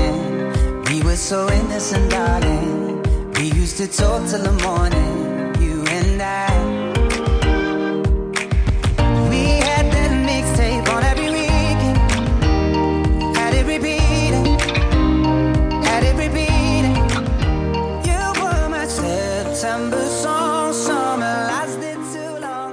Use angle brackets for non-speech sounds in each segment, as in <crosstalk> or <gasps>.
broken. We were so innocent, darling. We used to talk till the morning, you and I. We had that mixtape on every weekend. Had it repeating, had it repeating. You were my September song, summer lasted too long.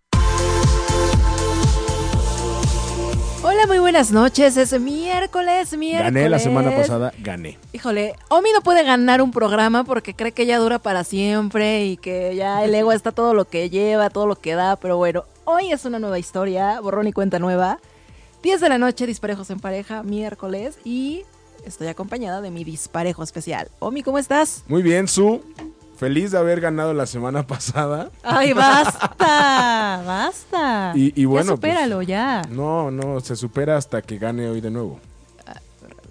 Hola, muy buenas noches. Es miércoles, miércoles. Gané la semana pasada, gané. Híjole, Omi no puede ganar un programa porque cree que ya dura para siempre y que ya el ego está todo lo que lleva, todo lo que da, pero bueno, hoy es una nueva historia, borrón y cuenta nueva. 10 de la noche, disparejos en pareja, miércoles y estoy acompañada de mi disparejo especial. Omi, ¿cómo estás? Muy bien, Su. Feliz de haber ganado la semana pasada. <laughs> Ay, basta, basta. Y- y bueno, pues, Ya supéralo, ya. No, no, se supera hasta que gane hoy de nuevo.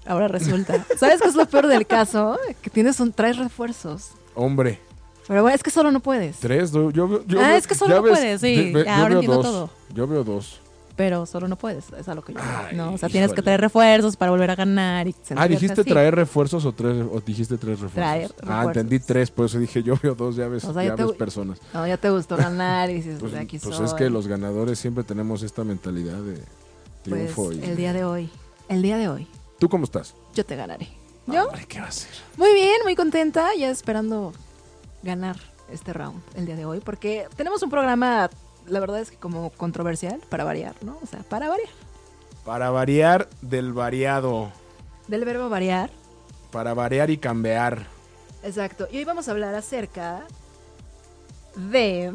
Ahora resulta. ¿Sabes qué es lo peor del caso? Que tienes un tres refuerzos. Hombre, Pero bueno, es que solo no puedes. tres, do- yo, veo- yo Ah, veo- es que solo ya no puedes, sí, ve- ve- ya, yo ahora veo entiendo dos, todo. Yo veo dos. pero solo no puedes, es a lo que yo voy, Ay, ¿no? O sea, tienes que híjole. traer refuerzos para volver a ganar. Y sentirte Ah, ¿dijiste así. traer refuerzos o, tres, o dijiste tres refuerzos? Traer Ah, refuerzos. entendí tres, por eso dije yo veo dos, ya ves, O sea, ya yo te- ves personas. No, ya te gustó ganar y dices, <laughs> Pues, "De aquí pues soy". es que los ganadores siempre tenemos esta mentalidad de Pues, triunfo. y- el día de hoy, el día de hoy, ¿Tú cómo estás? yo te ganaré. ¿Yo? Ay, ¿qué va a ser? Muy bien, muy contenta, ya esperando ganar este round el día de hoy, porque tenemos un programa, la verdad es que como controversial, para variar, ¿no? O sea, para variar. Para variar del variado. Del verbo variar. Para variar y cambiar. Exacto. Y hoy vamos a hablar acerca de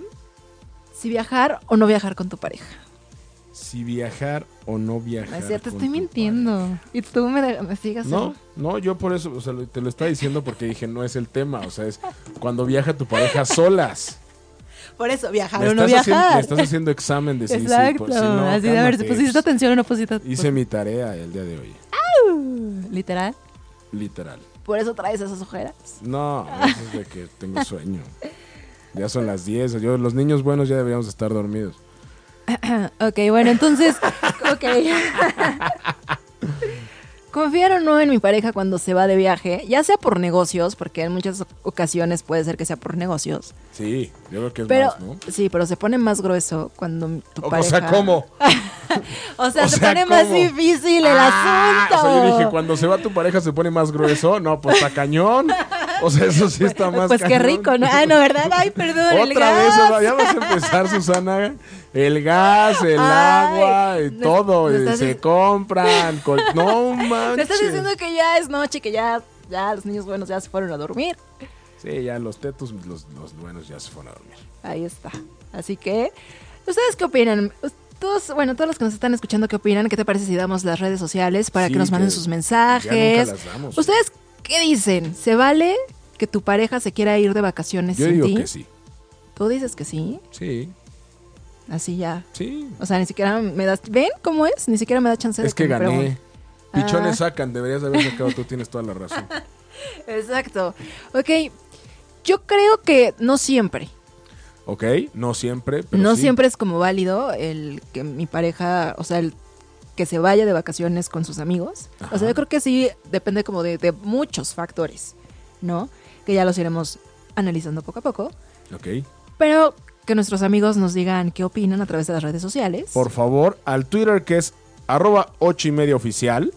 si viajar o no viajar con tu pareja. Si viajar o no viajar. No es cierto, con estoy tu mintiendo. pareja. Y tú me, de- me sigas. No, no, yo por eso, o sea, lo- te lo estaba diciendo porque dije, no es el tema, o sea, es cuando viaja <laughs> tu pareja solas. Por eso, Me viajar o estás, no haciendo, viajar. me estás haciendo examen de si, sí, Exacto. por- si no, Así de a ver pues, si cálmate. pusiste atención o no pusiste Hice mi tarea el día de hoy, pues, Literal. literal. Por eso traes esas ojeras. No, eso es de que tengo sueño. Ya son las 10, yo, los niños buenos ya deberíamos estar dormidos. ok, bueno, entonces. <laughs> Ok. Confiar o no en mi pareja cuando se va de viaje, ya sea por negocios, porque en muchas ocasiones puede ser que sea por negocios. Sí, yo creo que es Pero más, ¿no? sí, pero se pone más grueso cuando tu O, o pareja. sea, ¿cómo? O sea, O se sea, pone más ¿cómo? difícil el Ah, asunto. O sea, yo dije, cuando se va tu pareja se pone más grueso. No, pues está cañón. O sea, eso sí está más Pues qué cañón. rico, ¿no? Ay, no, ¿verdad? Ay, perdón, el Otra vez, gas. ¿no? ya vas a empezar, Susana. El gas, el Ay, agua, y me- todo. me y estás se dic- compran. col- No manches. <laughs> <laughs> Me estás diciendo que ya es noche, que ya, ya los niños buenos ya se fueron a dormir. Sí, ya los tetos, los, los buenos ya se fueron a dormir. Ahí está. Así que, ¿ustedes qué opinan? Todos, bueno, todos los que nos están escuchando, ¿qué opinan? ¿Qué te parece si damos las redes sociales para Sí, que nos manden que sus ya nunca mensajes? las damos, ¿eh? ¿Ustedes qué dicen? ¿Se vale que tu pareja se quiera ir de vacaciones Yo sin digo ti? que sí. Tú dices que sí, Sí, así ya. sí. O sea, ni siquiera me das. ¿Ven cómo es? Ni siquiera me da chance de Es que me Ah. gané. pregunten. Pichones sacan, deberías haber sacado. Tú tienes toda <laughs> la razón. Exacto. Ok. Yo creo que no siempre. Ok, no siempre. Pero no sí. siempre es como válido el que mi pareja, o sea, el que se vaya de vacaciones con sus amigos. O sea, yo creo que sí depende como de, de muchos factores, ¿no? Que ya los iremos analizando poco a poco. Ok. Pero que nuestros amigos nos digan qué opinan a través de las redes sociales. por favor, al Twitter que es arroba 8 y media oficial.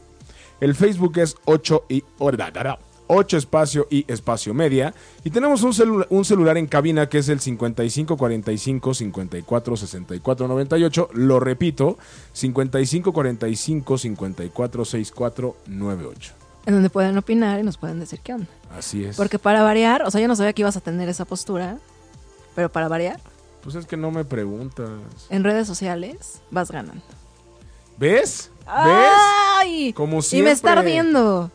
El Facebook es 8 y 8 espacio y espacio media. Y tenemos un, celu- un celular en cabina que es el 55 45 54 64 98. Lo repito, 55 45 54 64 98. En donde pueden opinar y nos pueden decir qué onda. Así es. Porque para variar, o sea, yo no sabía que ibas a tener esa postura, pero para variar, pues es que no me preguntas. en redes sociales vas ganando. ¿Ves? ¿Ves? ¡Ay! Como Y me está siempre. ardiendo.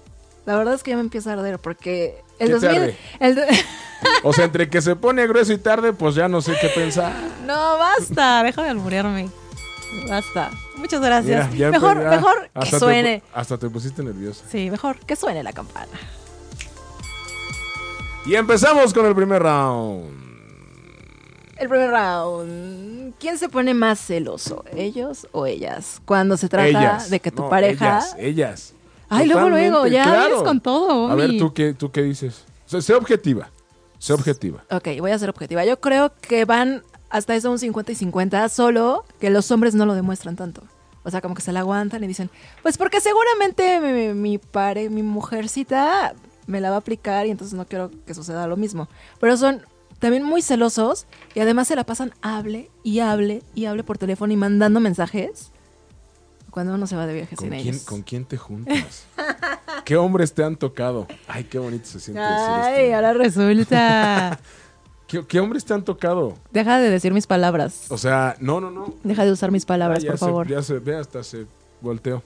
La verdad es que ya me empieza a arder porque el ¿Qué te 2000... arde? el do- <laughs> O sea, entre que se pone grueso y tarde, pues ya no sé qué pensar. no, basta, deja de alburearme. Basta. Muchas Mira, gracias. ya mejor, empe- ah, mejor que hasta te suene. pu- hasta te pusiste nerviosa. Sí, mejor que suene la campana. Y empezamos con el primer round. El primer round. ¿Quién se pone más celoso? ¿Ellos o ellas? Cuando se trata ellas. de que tu No, pareja. Ellas, ellas. Ay, luego, luego, ya claro. vienes con todo, A ver, Omi. ¿tú qué, ¿tú qué dices? O sea, sé objetiva. Sé objetiva. Ok, voy a ser objetiva. Yo creo que van hasta eso un 50 y 50, solo que los hombres no lo demuestran tanto. O sea, como que se la aguantan y dicen, pues porque seguramente mi, mi pare, mi mujercita me la va a aplicar y entonces no quiero que suceda lo mismo. Pero son también muy celosos y además se la pasan hable y hable y hable por teléfono y mandando mensajes cuando uno se va de viaje ¿Con sin quién, ellos. con quién te juntas? ¿Qué hombres te han tocado? Ay, qué bonito se siente decir Ay, esto. ahora <laughs> resulta. ¿Qué, qué hombres te han tocado? Deja de decir mis palabras. O sea, no, no, no. Deja de usar mis palabras, Ah, ya por se- favor. Ya se ve, hasta se volteó.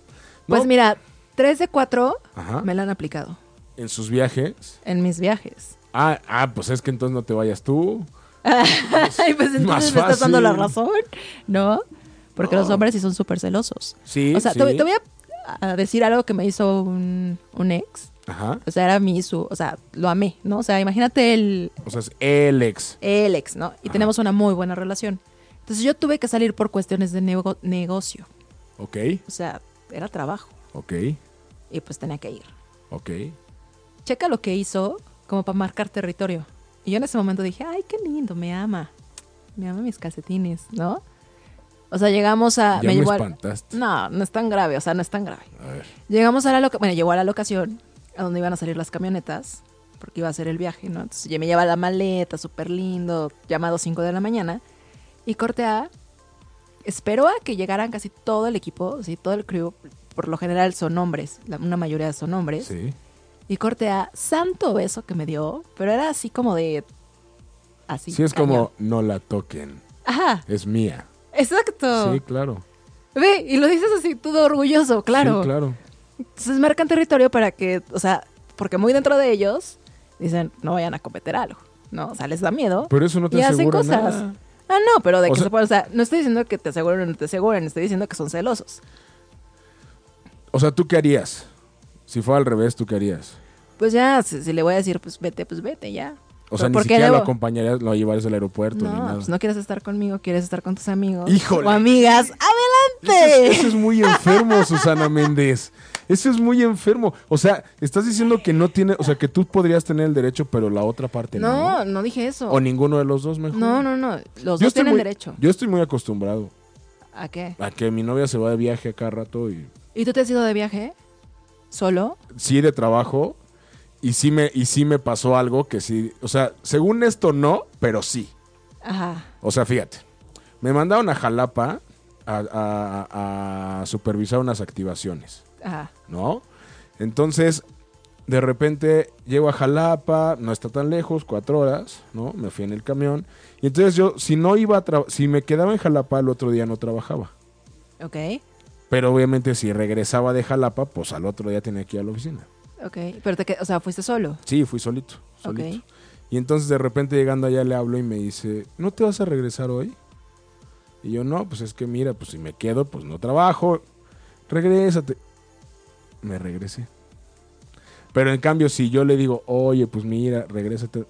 Pues No, mira, tres de cuatro Ajá. me la han aplicado En sus viajes. en mis viajes. Ah, ah, pues es que entonces no te vayas tú. <laughs> Ay, pues más entonces me estás dando la fácil. razón, ¿no? Porque los hombres sí son súper celosos. Sí, O sea, sí. te, te voy a, a decir algo que me hizo un, un ex. Ajá. O sea, era mi, su, o sea, lo amé, ¿no? O sea, imagínate el, O sea, es el ex. el ex, ¿no? Y tenemos una muy buena relación. Entonces yo tuve que salir por cuestiones de nego- negocio. Ok, O sea, era trabajo. ok, Y pues tenía que ir. ok. checa lo que hizo como para marcar territorio. Y yo en ese momento dije, ay, qué lindo, me ama. Me ama mis calcetines, ¿no? O sea, llegamos a... Ya me llevó al- espantaste. No, no es tan grave, o sea, no es tan grave. A ver. Llegamos a la locación, bueno, llegó a la locación, a donde iban a salir las camionetas, porque iba a ser el viaje, ¿no? Entonces ya me lleva la maleta, súper lindo, llamado 5 de la mañana, y corte A, espero a que llegaran casi todo el equipo, sí, todo el crew, por lo general son hombres, la- una mayoría son hombres, Sí. y corte a santo beso que me dio, pero era así como de. Así. Sí, es cañón. como no la toquen. Ajá, Es mía. exacto. Sí, claro. Ve, y lo dices así, todo orgulloso, claro. Sí, claro. Entonces marcan territorio para que, o sea, porque muy dentro de ellos dicen, no vayan a cometer algo, ¿no? O sea, les da miedo. Pero eso no te y hacen asegura cosas. nada. Ah, no, pero de O que sea- se puede, o sea, no estoy diciendo que te aseguren o no te aseguren, estoy diciendo que son celosos. O sea, ¿tú qué harías? Si fuera al revés, ¿tú qué harías? Pues ya, si, si le voy a decir, pues vete, pues vete, ya. O Pero sea, ni ¿por qué siquiera lo debo? acompañarías, lo llevarías al aeropuerto ni No, nada. pues no quieres estar conmigo, quieres estar con tus amigos. Híjole. O amigas. Eso ¡Adelante! es, eso es muy enfermo, <laughs> Susana Méndez. Eso es muy enfermo. O sea, estás diciendo que no tiene, o sea, que tú podrías tener el derecho, pero la otra parte no. No, no dije eso. O ninguno de los dos mejor. No, no, no. Los Yo dos estoy tienen muy- derecho. Yo estoy muy acostumbrado ¿A qué? a que mi novia se va de viaje a cada rato y ¿Y tú te has ido de viaje? ¿Solo? sí de trabajo y sí me y sí me pasó algo que sí, o sea, según esto no, pero sí. Ajá. O sea, fíjate, me mandaron a Jalapa a, a- a- a supervisar unas activaciones, Ajá. ¿no? Entonces, de repente llego a Jalapa, no está tan lejos, cuatro horas, ¿no? Me fui en el camión y entonces yo si no iba a tra- si me quedaba en Jalapa el otro día no trabajaba. Ok. Pero obviamente si regresaba de Jalapa, pues al otro día tenía que ir a la oficina. Ok. Pero te qued- o sea, fuiste solo. Sí, fui solito, solito. Ok. Y entonces de repente llegando allá le hablo y me dice, ¿no te vas a regresar hoy? Y yo, no, pues es que mira, pues si me quedo, pues no trabajo. Regrésate. Me regresé. Pero en cambio, si yo le digo, oye, pues mira, regrésate.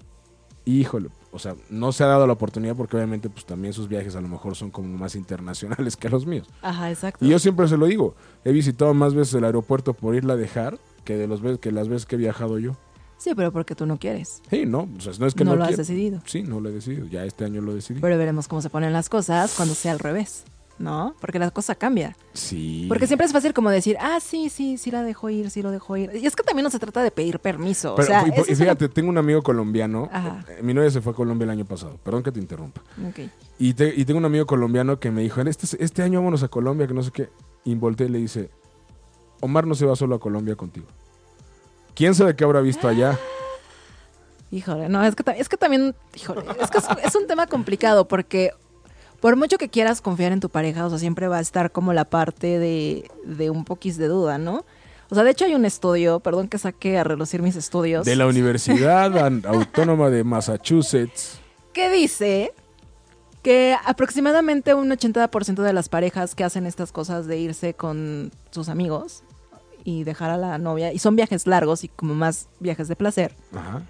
Híjole, o sea, no se ha dado la oportunidad porque obviamente pues también sus viajes a lo mejor son como más internacionales <laughs> que los míos. Ajá, exacto. Y yo siempre se lo digo, he visitado más veces el aeropuerto por irla a dejar que de los ve- que las veces que he viajado yo. Sí, pero porque tú no quieres. Sí, no, o sea, no es que no, no, lo has quiera. decidido. Sí, no lo he decidido, ya este año lo decidí. Pero veremos cómo se ponen las cosas cuando sea al revés. ¿No? Porque la cosa cambia. sí. Porque siempre es fácil como decir, ah, sí, sí, sí la dejo ir, sí lo dejo ir. Y es que también no se trata de pedir permiso. o Pero, sea, y- eso y, es una- fíjate, tengo un amigo colombiano. Ajá. eh, Mi novia se fue a Colombia el año pasado. Perdón que te interrumpa. Ok. Y, te- y tengo un amigo colombiano que me dijo, este, este año vámonos a Colombia, que no sé qué. Y volteé y le dice, Omar no se va solo a Colombia contigo. ¿Quién sabe qué habrá visto allá? Híjole, no, es que, ta- es que también, híjole, es que es, es un tema complicado porque por mucho que quieras confiar en tu pareja, o sea, siempre va a estar como la parte de, de un poquis de duda, ¿no? O sea, de hecho hay un estudio, perdón que saque a relucir mis estudios, De <laughs> la Universidad An- Autónoma de Massachusetts. que dice que aproximadamente un 80% de las parejas que hacen estas cosas de irse con sus amigos y dejar a la novia, y son viajes largos y como más viajes de placer, Ajá.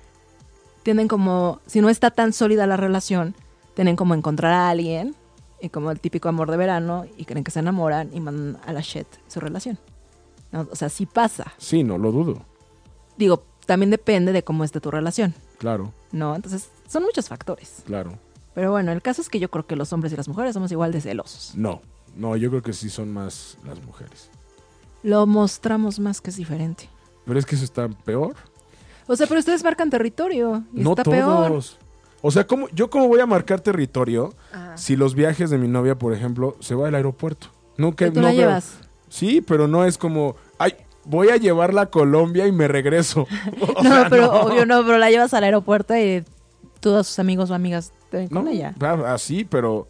tienen como, si no está tan sólida la relación, tienen como encontrar a alguien, y como el típico amor de verano, y creen que se enamoran y mandan a la shit su relación. No, o sea, sí pasa. Sí, no lo dudo. Digo, también depende de cómo esté tu relación, Claro, ¿no? Entonces, son muchos factores. claro. Pero bueno, el caso es que yo creo que los hombres y las mujeres somos igual de celosos. No, no, yo creo que sí son más las mujeres. Lo mostramos más que es diferente. Pero es que eso está peor. O sea, pero ustedes marcan territorio y no está peor. todos. O sea, ¿cómo, yo cómo voy a marcar territorio si los viajes de mi novia, por ejemplo, se va al aeropuerto. Nunca, ¿Y tú no la veo- llevas? Sí, pero no es como, ay, voy a llevarla a Colombia y me regreso. <laughs> <laughs> O no, sea, pero obvio no, pero la llevas al aeropuerto y todos sus amigos o amigas te ven No, con ella. ah, así, pero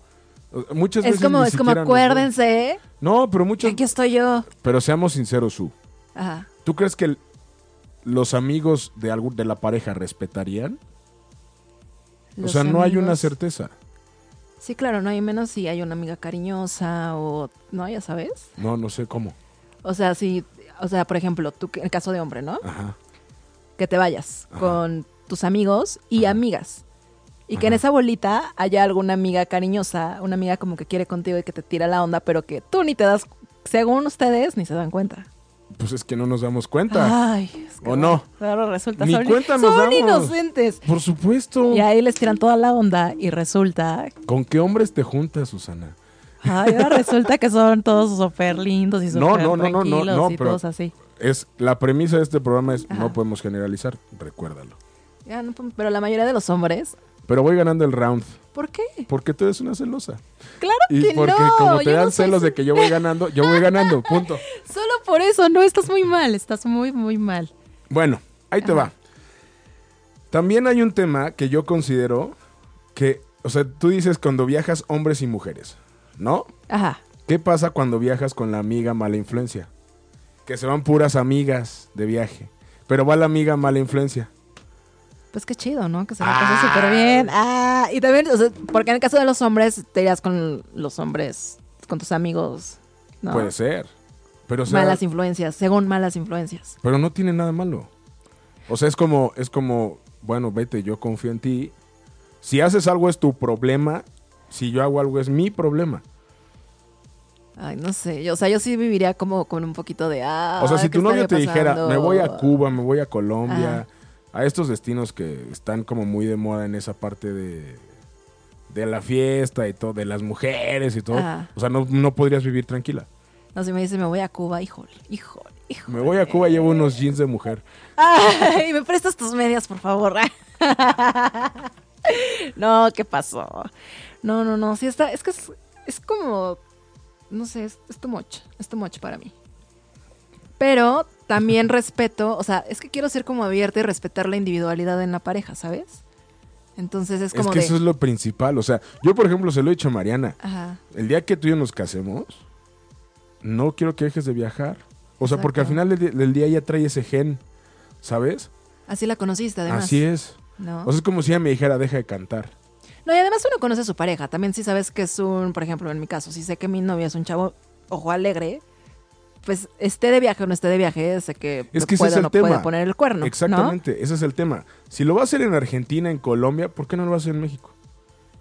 eh, muchas Es veces como, ni es como siquiera nos vemos. acuérdense, ¿eh? No, pero que muchas. aquí estoy yo. Pero seamos sinceros, Su. Ajá. ¿Tú crees que el- los amigos de algún de la pareja respetarían? o Los sea, no hay una amigos- certeza. Sí, claro, no hay menos si hay una amiga cariñosa o no, ya sabes. No, no sé cómo. O sea, si, o sea, por ejemplo, tú que- el caso de hombre, ¿no? Ajá. Que te vayas con tus amigos y amigas. Y que en Ajá. esa bolita haya alguna amiga cariñosa, una amiga como que quiere contigo y que te tira la onda, pero que tú ni te das, según ustedes, ni se dan cuenta. Pues es que no nos damos cuenta. Ay, es que ¿O no? Claro, resulta. Ni son, cuenta nos son damos. inocentes. Por supuesto. Y ahí les tiran toda la onda y resulta, ¿Con qué hombres te juntas, Susana? ay, ahora resulta que son todos súper lindos y No, súper no, no, no, no, tranquilos no, y pero- todos así. Es la premisa de este programa es Ajá. no podemos generalizar, recuérdalo. Ya, no, pero la mayoría de los hombres, Pero voy ganando el round ¿por qué? porque tú eres una celosa. Claro Y que porque no. como te yo dan no soy celos de cel- que yo voy ganando, yo voy ganando, punto. Solo por eso, no, estás muy mal, estás muy, muy mal. Bueno, ahí te va. También hay un tema que yo considero que, o sea, tú dices cuando viajas hombres y mujeres, ¿no? Ajá. ¿Qué pasa cuando viajas con la amiga mala influencia? Que se van puras amigas de viaje, pero va la amiga mala influencia. Pues qué chido, ¿no? Que se la pasa súper bien. Ah, y también, o sea, porque en el caso de los hombres, te irás con los hombres, con tus amigos, ¿no? Puede ser. Pero, Pues, o sea, Ah. malas influencias, según malas influencias. pero no tiene nada malo. O sea, es como, es como, bueno, vete, yo confío en ti. Si haces algo es tu problema, si yo hago algo es mi problema. Ay, no sé. Yo, o sea, yo sí viviría como con un poquito de. Ah, O sea, si ¿qué tu novio te estaría dijera, pasando? me voy a Cuba, me voy a Colombia, Ajá. a estos destinos que están como muy de moda en esa parte de, de la fiesta y todo, de las mujeres y todo, Ajá. o sea, no, no podrías vivir tranquila. No, si me dice, me voy a Cuba, híjole, híjole, híjole. <laughs> Me voy a Cuba y llevo unos jeans de mujer. Ay, me prestas tus medias, por favor. <laughs> no, ¿qué pasó? No, no, no. Sí, está. Es que es, es como. No sé, es, es too much. Es too much para mí. Pero también respeto. O sea, es que quiero ser como abierta y respetar la individualidad en la pareja, ¿sabes? Entonces es Es como que de. eso es lo principal, o sea, yo por ejemplo se lo he dicho a Mariana, Ajá. el día que tú y yo nos casemos, no quiero que dejes de viajar. O sea, porque al Exacto. final del di- del día ella trae ese gen, ¿sabes? Así la conociste, además. Así es. ¿No? O sea, es como si ella me dijera, deja de cantar. No, y además uno conoce a su pareja. También si sabes que es un, por ejemplo, en mi caso, si sé que mi novio es un chavo ojo alegre, pues esté de viaje o no esté de viaje, sé que, Es me que ese puede es o el no tema. puede poner el cuerno. ¿no? Exactamente, ese es el tema. Si lo va a hacer en Argentina, en Colombia, ¿por qué no lo va a hacer en México?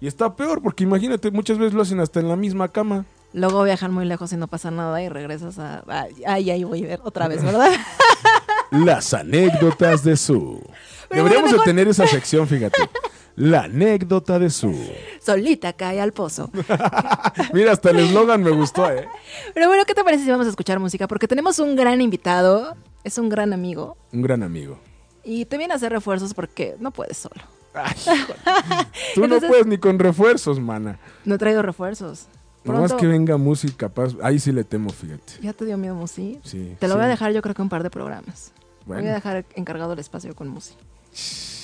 Y está peor, porque imagínate, muchas veces lo hacen hasta en la misma cama. Luego viajan muy lejos y no pasa nada y regresas a... Ay, ay, ay, voy a ver otra vez, <laughs> ¿verdad? Las anécdotas de su. Pero Deberíamos bueno, de <laughs> tener esa sección, fíjate. La anécdota de su. Solita cae al pozo. Mira, hasta el eslogan me gustó, ¿eh? Pero bueno, ¿qué te parece si vamos a escuchar música? Porque tenemos un gran invitado, es un gran amigo Un gran amigo. y te viene a hacer refuerzos porque no puedes solo. Ay, híjole. <laughs> Tú no Entonces- puedes ni con refuerzos, mana. No he traído refuerzos. Nomás Pronto- que venga música, capaz. Ahí sí le temo, fíjate. Ya te dio miedo Musi. Sí, Te lo sí. voy a dejar yo creo que un par de programas. Voy Bueno. a dejar encargado el espacio con Musi.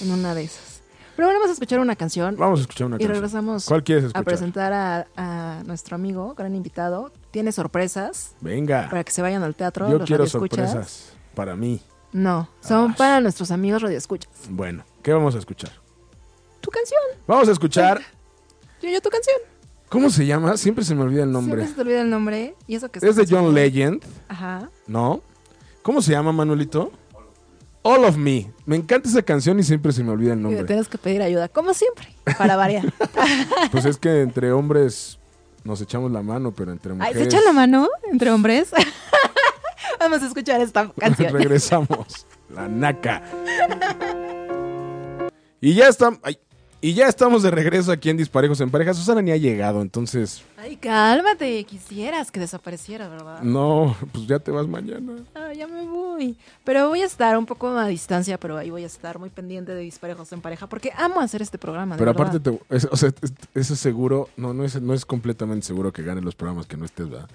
En una de esas. Pero bueno, vamos a escuchar una canción Vamos a escuchar una y canción. regresamos ¿Cuál quieres a escuchar? presentar a, a nuestro amigo, gran invitado. Tiene sorpresas Venga. para que se vayan al teatro. Yo los quiero radioescuchas. sorpresas para mí. No, son Ah, para nuestros amigos radioescuchas. Bueno, ¿qué vamos a escuchar? Tu canción. Vamos a escuchar Yo, yo tu canción. ¿Cómo se llama? Siempre se me olvida el nombre. Siempre se te olvida el nombre. Y eso que Es de John Legend, Ajá. ¿no? ¿Cómo se llama, Manuelito? All of Me. Me encanta esa canción y siempre se me olvida el Y le nombre. tienes que pedir ayuda, como siempre, para <laughs> variar. <laughs> Pues es que entre hombres nos echamos la mano, pero entre Ay, mujeres... ¿Se echan la mano entre hombres? <laughs> Vamos a escuchar <laughs> esta canción. Regresamos. La naca. Y ya estamos. Y ya estamos de regreso aquí en Disparejos en Pareja. Susana ni ha llegado, entonces. Ay, cálmate, quisieras que desapareciera, ¿verdad? No, pues ya te vas mañana. Ah, ya me voy. Pero voy a estar un poco a distancia, pero ahí voy a estar muy pendiente de Disparejos en Pareja, porque amo hacer este programa. de Pero verdad. aparte, te, es- o sea, es- eso es seguro. No, no es, no es completamente seguro que ganen los programas que no estés, ¿verdad?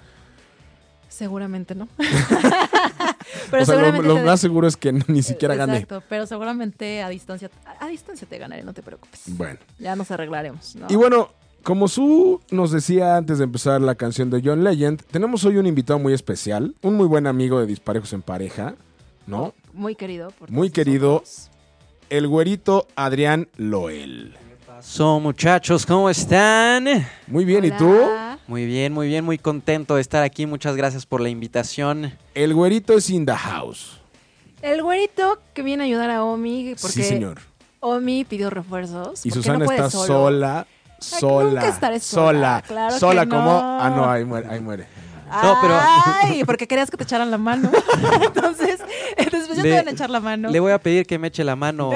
Seguramente <laughs> no. <laughs> o sea, lo- seguramente lo, te- más seguro es que <laughs> ni siquiera gane. Exacto, pero seguramente a distancia, a, a distancia te ganaré, no te preocupes. Bueno. Ya nos arreglaremos. ¿no? Y bueno, como Su nos decía antes de empezar la canción de John Legend, tenemos hoy un invitado muy especial, un muy buen amigo de Disparejos en Pareja, ¿no? Muy querido. por Muy todos querido. nosotros. El güerito Adrián Loel. So, muchachos, ¿cómo están? Muy bien, ¿y tú? Hola. Muy bien, muy bien, muy contento de estar aquí. Muchas gracias por la invitación. El güerito es in the house. El güerito que viene a ayudar a Omi, porque Sí, señor. Omi pidió refuerzos. Y porque Susana no puede está solo. sola, sola, nunca estaré sola, sola, claro que sola como... no. Ah, no, ahí muere, ahí muere. No, pero- Ay, porque querías que te echaran la <laughs> mano. entonces, entonces pues, ya te Le- van a echar la mano. Le voy a pedir que me eche <laughs> la mano,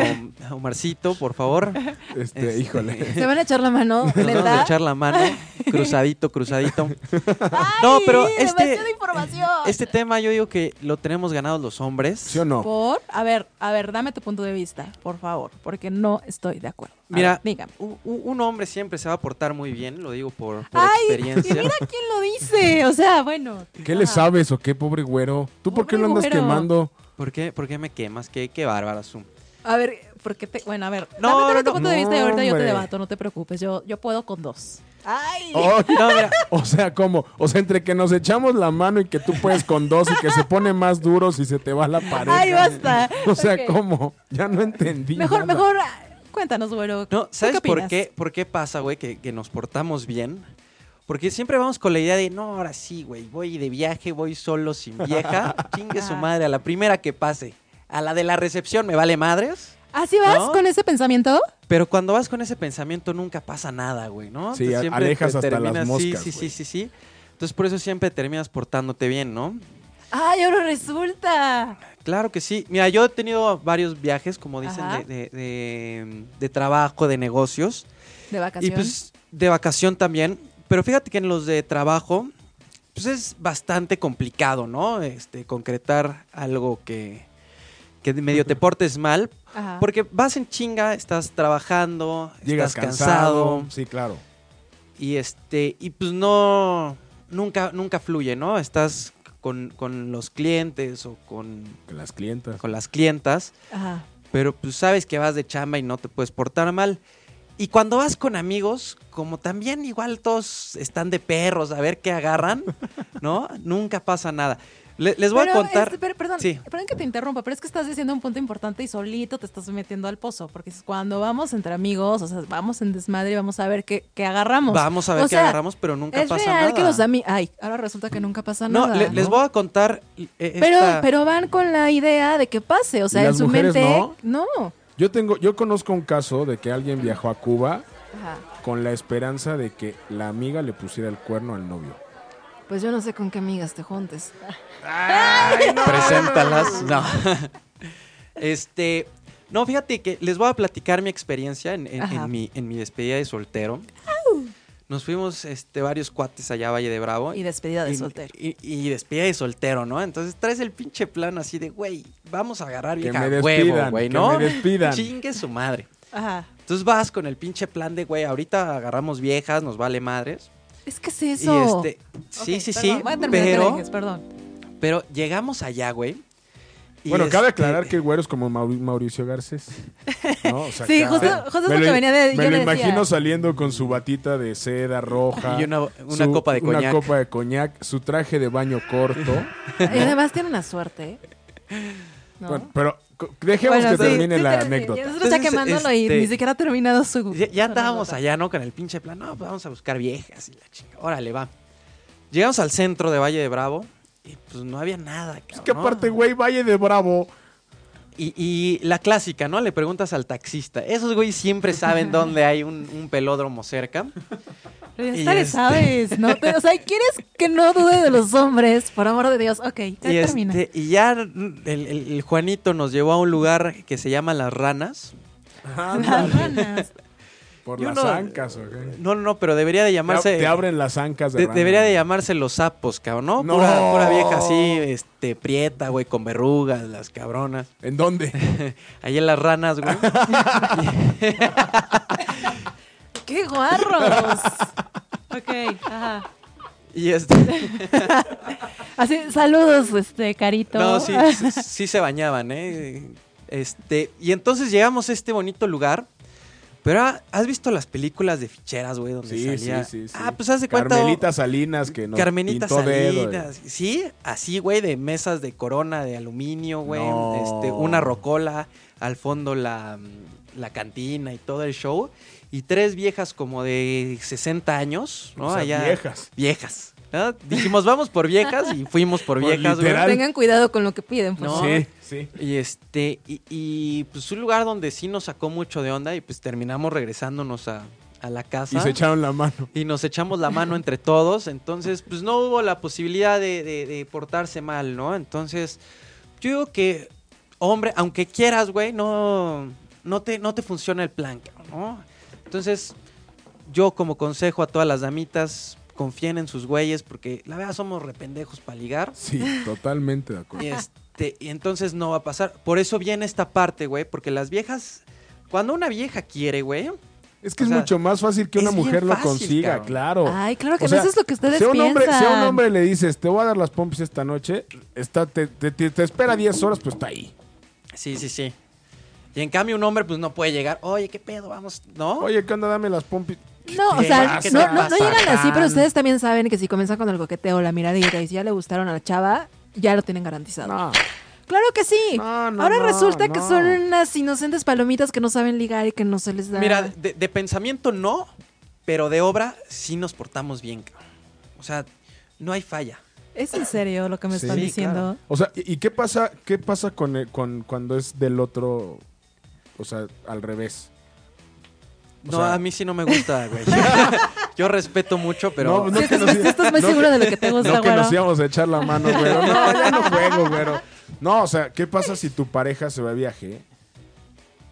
Omarcito, por favor. Este, Este, híjole. Te van a echar la mano, <laughs> Nos vamos neta. a echar la mano, <laughs> cruzadito, cruzadito. Ay, No, pero demasiada este- información. Este tema yo digo que lo tenemos ganado los hombres. ¿Sí o no? Por, a ver, a ver, dame tu punto de vista, por favor, porque no estoy de acuerdo. A Mira, ver, dígame. u- u- un hombre siempre se va a portar muy bien, lo digo por, por Ay, y experiencia. mira quién lo dice, o sea, bueno. ¿Qué le ajá. sabes o qué, Ah. pobre güero? ¿Tú por qué lo Pobre andas güero. <laughs> quemando? ¿Por qué, por qué me quemas? Qué, qué bárbara, Zoom. A ver, porque te, bueno, a ver, No, dame, dame no, tu no. punto de vista y ahorita yo te Hombre. debato, no te preocupes, yo, yo puedo con dos. Ay, Oh, <laughs> No, mira, O sea, ¿cómo? O sea, entre que nos echamos la mano y que tú puedes con dos y que se pone más duro si se te va la pareja. ay, basta. <laughs> O sea, Ok. ¿cómo? Ya no entendí. Mejor, nada. mejor, ah, cuéntanos, güero. ¿tú No, ¿sabes por opinas? qué, por qué pasa, güey, que, que nos portamos bien? Porque siempre vamos con la idea de, no, ahora sí, güey, voy de viaje, voy solo, <laughs> sin vieja, chingue su Ajá. madre, a la primera que pase, a la de la recepción, me vale madres. ¿Así vas ¿No? con ese pensamiento? Pero cuando vas con ese pensamiento nunca pasa nada, güey, ¿no? Sí, Te- a- siempre alejas te hasta las terminas- moscas, Sí, sí, güey. sí, sí, sí. Entonces por eso siempre terminas portándote bien, ¿no? Ay, ahora resulta. Claro que sí. Mira, yo he tenido varios viajes, como dicen, Ajá. de, de- de- de trabajo, de negocios. De Y vacaciones. pues de vacación también. Pero fíjate que en los de trabajo, pues es bastante complicado, ¿no? Este, concretar algo que, que medio te portes mal. Ajá. Porque vas en chinga, estás trabajando, Llegas estás cansado. cansado. Sí, claro. Y este, y pues no. Nunca, nunca fluye, ¿no? Estás con, con los clientes o con, Con las clientas. con las clientas Ajá. pero pues sabes que vas de chamba y no te puedes portar mal. Y cuando vas con amigos, como también igual todos están de perros, a ver qué agarran, ¿no? Nunca pasa nada. Le- les voy Pero, a contar. este, pero, perdón, Sí. perdón que te interrumpa, pero es que estás diciendo un punto importante y solito te estás metiendo al pozo. Porque es cuando vamos entre amigos, o sea, vamos en desmadre y vamos a ver qué, qué agarramos. Vamos a ver O qué sea, agarramos, pero nunca es pasa real nada. que los amigos. Ay, ahora resulta que nunca pasa no, nada. le- les voy a contar. eh, Pero, esta- pero van con la idea de que pase, o sea, ¿Y en las su mujeres mente. no? Yo tengo, yo conozco un caso de que alguien viajó a Cuba Ajá. con la esperanza de que la amiga le pusiera el cuerno al novio. Pues yo no sé con qué amigas te juntes. Preséntalas. No. <laughs> este. No, fíjate que les voy a platicar mi experiencia en, en- en Ajá. mi, en mi despedida de soltero. Nos fuimos este, varios cuates allá a Valle de Bravo. Y despedida de Y- soltero. Y, y despedida de soltero, ¿no? Entonces traes el pinche plan así de, güey, vamos a agarrar Que vieja me a despidan, huevo, güey, que ¿no? me despidan. Chingue su madre. Ajá. Entonces vas con el pinche plan de, güey, ahorita agarramos viejas, nos vale madres. Es que es eso. Y este, sí, Ok, sí, perdón, sí, voy a terminar, te pero, dejes, perdón. pero llegamos allá, güey. y bueno, cabe este- aclarar que el güero es como Mauri- Mauricio Garcés. ¿no? O sea, Sí, cabe- justo- justo es me lo que venía de- Me yo lo le decía. <laughs> imagino saliendo con su batita de seda roja. Y una- una copa de Una coñac. copa de coñac, su traje de baño corto. Y además tiene una suerte. ¿eh? ¿no? Bueno, pero co- Dejemos Bueno, que sí, termine sí, la sí, anécdota. Ya nosotros ya Entonces, quemándolo este- y ni siquiera ha terminado su. <laughs> Ya, ya su estábamos anécdota. allá, ¿no? Con el pinche plan. No, pues vamos a buscar viejas y la chinga. Órale, va. Llegamos al centro de Valle de Bravo y pues no había nada. Es cabrón, que ¿no? aparte, güey, Valle de Bravo. Y, y la clásica, ¿no? Le preguntas al taxista. Esos güeyes siempre saben dónde hay un, un pelódromo cerca. Pero Y ya sabes, este- sabes, <laughs> ¿no? Te- o sea, ¿quieres que no dude de los hombres? Por amor de Dios. Ok, ya y, termina. este, y ya el, el- el Juanito nos llevó a un lugar que se llama Las Ranas. Las ranas. Por Yo las no- ancas, ok. No, no, no, pero debería de Te, ab- llamarse... te abren las ancas de, de- rana. debería de llamarse Los Sapos, cabrón, ¿no? No. Pura, pura vieja así, este, prieta, güey, con verrugas, las cabronas. <laughs> ¿En dónde? Ahí en Las <laughs> Ranas, güey. ¡Qué <laughs> guarros! Ok, ajá. y este... Así, saludos, este, carito. No, sí, sí, sí se bañaban, ¿eh? Este, y entonces llegamos a este bonito lugar. Pero ah, ¿has visto las películas de ficheras, güey? Donde Sí, salía. sí, sí, sí. Ah, pues haz de cuenta. Carmelita Salinas que nos Carmenita pintó dedo, eh. Salinas. sí, así, güey, de mesas de corona de aluminio, güey. No. Este, una rocola, al fondo la, mm, la cantina y todo el show. Y tres viejas como de 60 años, ¿no? O sea, Allá- viejas. Viejas. ¿no? Dijimos, vamos por viejas y fuimos <laughs> por Pues, viejas, güey. literal. Tengan cuidado con lo que piden, pues. por No. favor. Sí, sí. Y este, y, y, pues un lugar donde sí nos sacó mucho de onda y pues terminamos regresándonos a, a la casa. Y se echaron la mano. Y nos echamos la mano entre todos. Entonces, pues no hubo la posibilidad de, de- de portarse mal, ¿no? Entonces, yo digo que, hombre, aunque quieras, güey, no, no, te, no te funciona el plan, cabrón, ¿no? Entonces, yo como consejo a todas las damitas, confíen en sus güeyes porque la verdad somos rependejos para ligar. <laughs> Sí, totalmente de acuerdo. Y, este, y entonces no va a pasar. Por eso viene esta parte, güey, porque las viejas, cuando una vieja quiere, güey, Es que o es sea, mucho más fácil que es una bien mujer lo fácil, consiga, cabrón. claro. Ay, claro que O no, sea, eso es lo que ustedes si a un hombre, piensan. si a un hombre le dices, te voy a dar las pompis esta noche, está, te, te- te- te espera 10 horas, pues está ahí. sí, sí, sí. Y en cambio un hombre pues no puede llegar, oye, qué pedo, vamos, ¿no? Oye, ¿qué onda? Dame las pompis. No, o ¿Qué sea, pasa? no, no, no llegan así, Tan. pero ustedes también saben que si comienzan con el coqueteo, la miradita y si ya le gustaron a la chava, ya lo tienen garantizado. No. Claro que sí. No, no, Ahora no, resulta que no. son unas inocentes palomitas que no saben ligar y que no se les da. Mira, de, de pensamiento no, pero de obra sí nos portamos bien, cabrón. O sea, no hay falla. ¿es en serio lo que me Sí, están claro. <laughs> diciendo? O sea, ¿y y qué pasa, qué pasa con, el- con cuando es del otro, o sea, al revés? O No, sea- a mí sí no me <laughs> gusta, güey. Yo respeto mucho, pero... No, no Sí, que estás, nos- sí estás muy no seguro que- de lo que te gusta, No que güero. nos íbamos a echar la mano, güero. <laughs> No, ya no juego, güero. No, o sea, ¿qué pasa si tu pareja se va de viaje?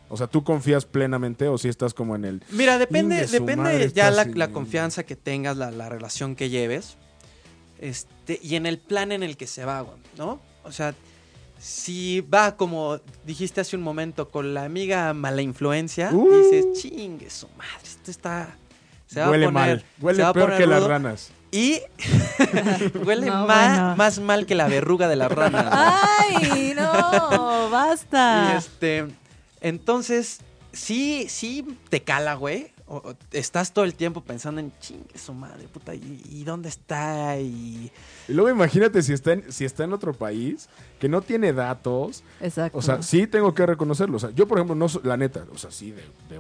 O sea, ¿tú confías plenamente o si estás como en el... Mira, depende, Ingue su depende madre, ya está la, así, la güey. confianza que tengas, la, la relación que lleves. Este, y en el plan en el que se va, güey, ¿no? O sea, si va como dijiste hace un momento con la amiga mala influencia, Uh. dices, chingue su madre, esto está. Se va huele a poner, mal, huele se va a peor poner que las rudo". ranas. Y <laughs> huele No, ma- bueno. más mal que la verruga de la rana. güey. ¡Ay, no! Y ¡Basta! este, entonces, sí, sí te cala, güey. O- o estás todo el tiempo pensando en chingue su madre, puta, ¿y, y dónde está? Y Y luego imagínate si está, en, si está en otro país que no tiene datos. Exacto. O sea, sí tengo que reconocerlo. O sea, yo, por ejemplo, no soy, la neta, o sea, sí, de, de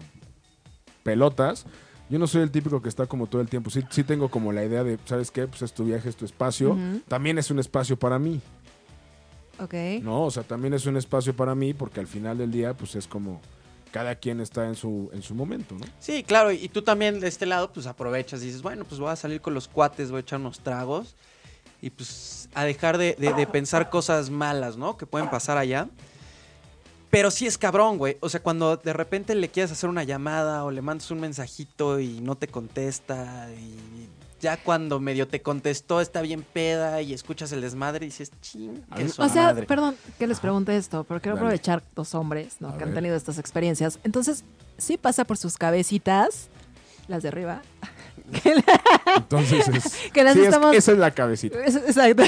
pelotas. Yo no soy el típico que está como todo el tiempo. Sí, sí tengo como la idea de, ¿sabes qué? Pues es tu viaje, es tu espacio. Ujú. También es un espacio para mí. ok. No, o sea, también es un espacio para mí porque al final del día, pues es como cada quien está en su, en su momento, ¿no? sí, claro, y tú también de este lado, pues aprovechas y dices, bueno, pues voy a salir con los cuates, voy a echar unos tragos y pues a dejar de, de- de pensar cosas malas, ¿no? Que pueden pasar allá. Pero sí es cabrón, güey. O sea, cuando de repente le quieres hacer una llamada o le mandas un mensajito y no te contesta y ya cuando medio te contestó está bien peda y escuchas el desmadre y dices, ching, A que mí- su O sea, madre". perdón que les pregunte esto, pero quiero Dale. aprovechar los hombres ¿no? A que ver. han tenido estas experiencias. Entonces, sí pasa por sus cabecitas, las de arriba. que la- <laughs> Entonces, es, Que las sí, es- estamos- esa es la cabecita. es- <laughs> exacto.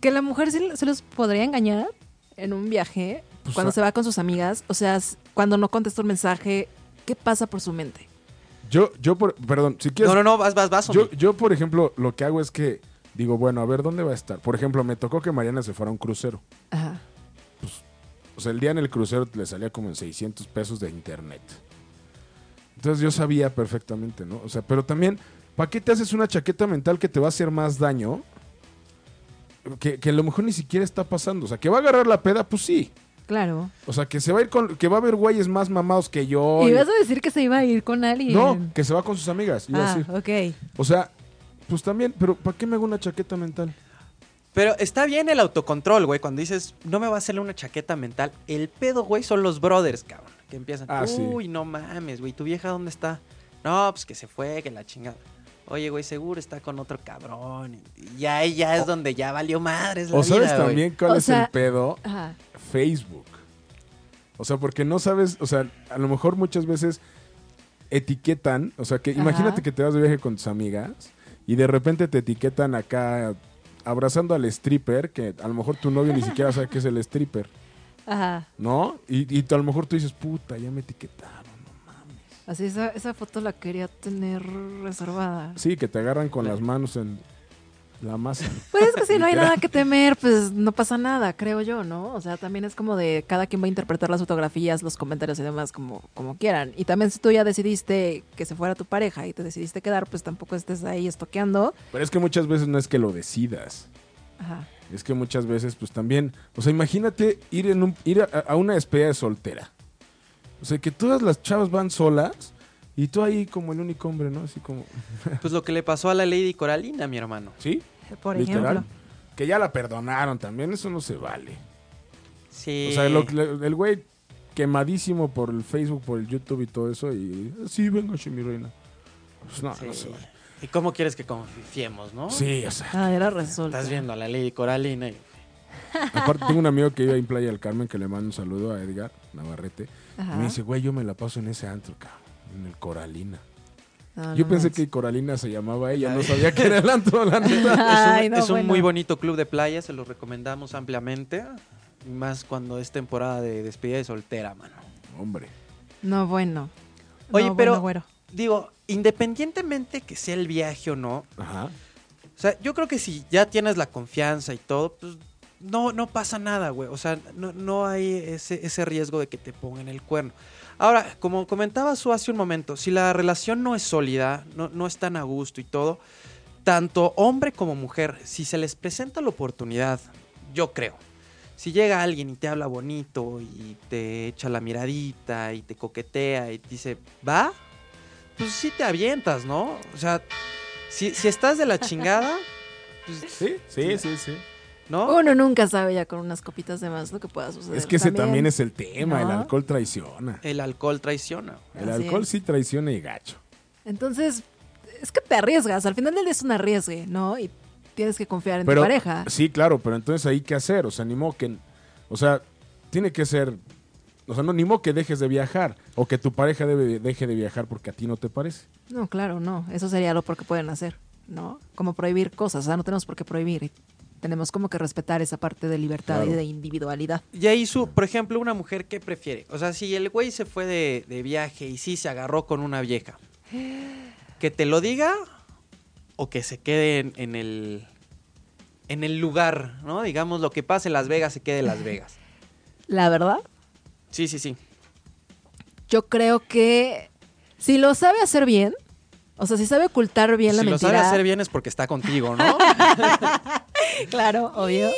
que la mujer sí se los podría engañar en un viaje, Pues, cuando ah. se va con sus amigas. O sea, s- cuando no contesta un mensaje, ¿qué pasa por su mente? Yo, yo por, perdón, si quieres... No, no, no, vas, vas, vas. Yo, hombre. yo, por ejemplo, lo que hago es que digo, bueno, a ver, ¿dónde va a estar? Por ejemplo, me tocó que Mariana se fuera a un crucero. Ajá. O sea, el día en el crucero le salía como en 600 pesos de internet. Entonces yo sabía perfectamente, ¿no? O sea, pero también, ¿para qué te haces una chaqueta mental que te va a hacer más daño? Que, que a lo mejor ni siquiera está pasando. O sea, que va a agarrar la peda, pues sí. Claro. O sea, que se va a ir con. Que va a haber güeyes más mamados que yo. Y vas a decir que se iba a ir con alguien. No, que se va con sus amigas. iba a Ah, decir. ok. O sea, pues también, pero ¿para qué me hago una chaqueta mental? Pero está bien el autocontrol, güey. Cuando dices, no me va a hacerle una chaqueta mental. El pedo, güey, son los brothers, cabrón. Que empiezan, Ah, sí. uy, no mames, güey. ¿Tu vieja dónde está? No, pues que se fue, que la chingada. Oye, güey, seguro está con otro cabrón. Y ahí ya es donde ya valió madres la O sabes vida, güey. también cuál O es sea- el pedo. Ajá. Facebook. O sea, porque no sabes, o sea, a lo mejor muchas veces etiquetan, o sea, que Ajá. imagínate que te vas de viaje con tus amigas y de repente te etiquetan acá abrazando al stripper, que a lo mejor tu novio ni siquiera sabe que es el stripper, Ajá. ¿no? Y, y tú- a lo mejor tú dices, puta, ya me etiquetaron. Así, esa, esa foto la quería tener reservada. Sí, que te agarran con las manos en la masa. Pero Pues es que si no hay nada que temer, pues no pasa nada, creo yo, ¿no? O sea, también es como de cada quien va a interpretar las fotografías, los comentarios y demás como, como quieran. Y también si tú ya decidiste que se fuera tu pareja y te decidiste quedar, pues tampoco estés ahí estoqueando. Pero es que muchas veces no es que lo decidas. Ajá. Es que muchas veces, pues también, o sea, imagínate ir, en un- ir a, a una despedida de soltera. O sea, que todas las chavas van solas y tú ahí como el único hombre, ¿no? Así como, Pues lo que le pasó a la Lady Coralina, mi hermano. ¿sí? Por Literal. ejemplo. Que ya la perdonaron también, eso no se vale. Sí. O sea, lo que le- el güey quemadísimo por el Facebook, por el YouTube y todo eso, y sí, venga, sí, mi reina. Pues no, Sí. no se vale. ¿Y cómo quieres que confiemos, no? Sí, o sea. Ah, era resulta. Estás viendo a la Lady Coralina y... Aparte, tengo un amigo que vive ahí en Playa del Carmen que le mando un saludo a Edgar Navarrete. Ajá. Y me dice, güey, yo me la paso en ese antro, cabrón, en el Coralina. No, Yo Ah, no pensé manches. que Coralina se llamaba ella, no sabía que era el <laughs> antro, la neta. Es un, Ay, no, es un muy bueno. bonito club de playa, se lo recomendamos ampliamente. y Más cuando es temporada de despedida de soltera, mano. Hombre. No, bueno. Oye, No, pero bueno, güero. digo, independientemente que sea el viaje o no, Ajá. o sea, yo creo que si ya tienes la confianza y todo, pues no, no pasa nada, güey. O sea, no, no hay ese, ese riesgo de que te pongan el cuerno. Ahora, como comentaba Su hace un momento, si la relación no es sólida, no, no es tan a gusto y todo, tanto hombre como mujer, si se les presenta la oportunidad, yo creo. Si llega alguien y te habla bonito y te echa la miradita y te coquetea y te dice, ¿va? Pues sí te avientas, ¿no? O sea, si, si estás <laughs> de la chingada, pues, Sí, sí, sí, sí. ¿no? Uno nunca sabe ya con unas copitas de más lo que pueda suceder. Es que ese también es el tema, el ¿No? alcohol traiciona. El alcohol traiciona. El Así alcohol es. sí traiciona y gacho. Entonces, es que te arriesgas. Al final del día es un arriesgue, ¿no? Y tienes que confiar en Pero, tu pareja. Sí, claro, pero entonces ahí qué hacer, o sea, ni modo que, o sea, tiene que ser, o sea, no, ni modo que dejes de viajar, o que tu pareja debe- deje de viajar porque a ti no te parece. No, claro, no. Eso sería lo porque pueden hacer, ¿no? Como prohibir cosas. O sea, no tenemos por qué prohibir. Tenemos como que respetar esa parte de libertad Claro. y de individualidad. Y ahí, su, por ejemplo, una mujer, ¿qué prefiere? O sea, si el güey se fue de, de viaje y sí se agarró con <gasps> una vieja, ¿que te lo diga o que se quede en, en el, en el lugar, ¿no? Digamos, lo que pase en Las Vegas se quede en Las Vegas. <laughs> La verdad, Sí, sí, sí. yo creo que si lo sabe hacer bien, o sea, si sabe ocultar bien la si lo mentira. sabe hacer bien es porque está contigo, <laughs> ¿no? Claro, obvio.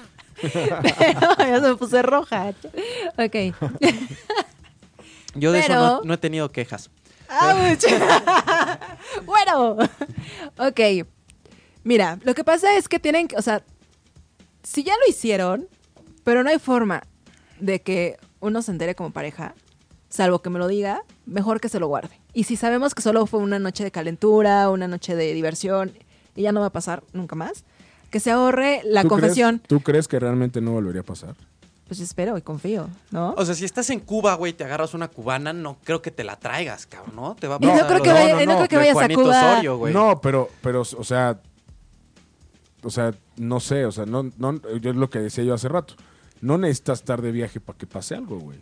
<laughs> Pero ya se me puse roja. Ok. Yo de Pero- eso no, no he tenido quejas. ¡Auch! bueno, <laughs> ok. Mira, lo que pasa es que tienen que, o sea, si ya lo hicieron, pero no hay forma de que uno se entere como pareja, salvo que me lo diga, mejor que se lo guarde. Y si sabemos que solo fue una noche de calentura, una noche de diversión, y ya no va a pasar nunca más, que se ahorre la ¿Tú crees- confesión. ¿Tú crees que realmente no volvería a pasar? Pues espero y confío, ¿no? O sea, si estás en Cuba, güey, te agarras una cubana, no creo que te la traigas, cabrón, ¿no? Te va a Y no pasar creo lo que de- vaya- y no creo que de vayas a Juanito Cuba. Osorio, güey. No, pero, pero, o sea, o sea, no sé, o sea, no, no, yo es lo que decía yo hace rato. No necesitas estar de viaje para que pase algo, güey.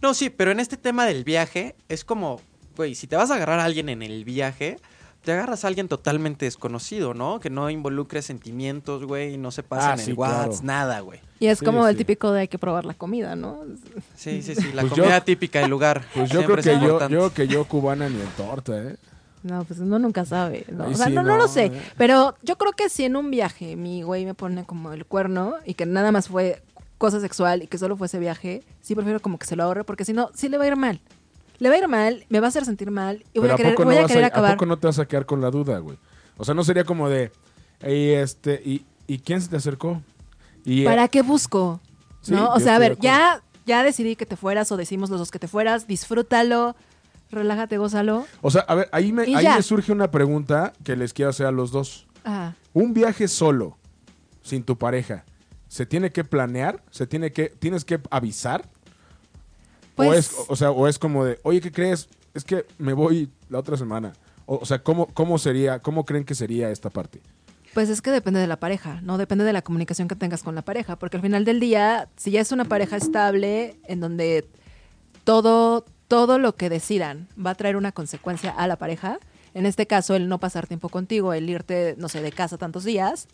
No, sí, pero en este tema del viaje es como, güey, si te vas a agarrar a alguien en el viaje, te agarras a alguien totalmente desconocido, ¿no? Que no involucre sentimientos, güey, no se pasen Ah, en sí, el WhatsApp, claro. nada, güey. Y es Sí, como el sí. típico de hay que probar la comida, ¿no? Sí, sí, sí, la Pues yo- comida típica del lugar. Pues yo creo siempre que es yo, importante. yo creo que yo cubana ni en torta, ¿eh? No, pues uno nunca sabe. ¿no? Ahí O sea, sí, no, no no, lo sé. eh. Pero yo creo que si en un viaje mi güey me pone como el cuerno y que nada más fue cosa sexual y que solo fue ese viaje, sí prefiero como que se lo ahorre porque si no, sí le va a ir mal. Le va a ir mal, me va a hacer sentir mal y voy Pero a querer, poco no voy a vas querer a, acabar. poco no te vas a quedar con la duda, güey? O sea, no sería como de, y este, y, ¿y quién se te acercó? Y, eh, ¿Para qué busco? Sí, ¿No? yo O sea, a estoy ver, de acuerdo. ya, ya decidí que te fueras o decimos los dos que te fueras, disfrútalo, relájate, gózalo. O sea, a ver, ahí, me, Y ahí ya. me surge una pregunta que les quiero hacer a los dos. Ah, Un viaje solo, sin tu pareja, ¿se tiene que planear? ¿Se tiene que, tienes que avisar? o, pues, es, o sea, o es como de, oye, ¿qué crees? Es que me voy la otra semana. O, o sea, ¿cómo, ¿cómo sería, cómo creen que sería esta parte? pues es que depende de la pareja, ¿no? Depende de la comunicación que tengas con la pareja, porque al final del día, si ya es una pareja estable, en donde todo, todo lo que decidan va a traer una consecuencia a la pareja, en este caso el no pasar tiempo contigo, el irte, no sé, de casa tantos días,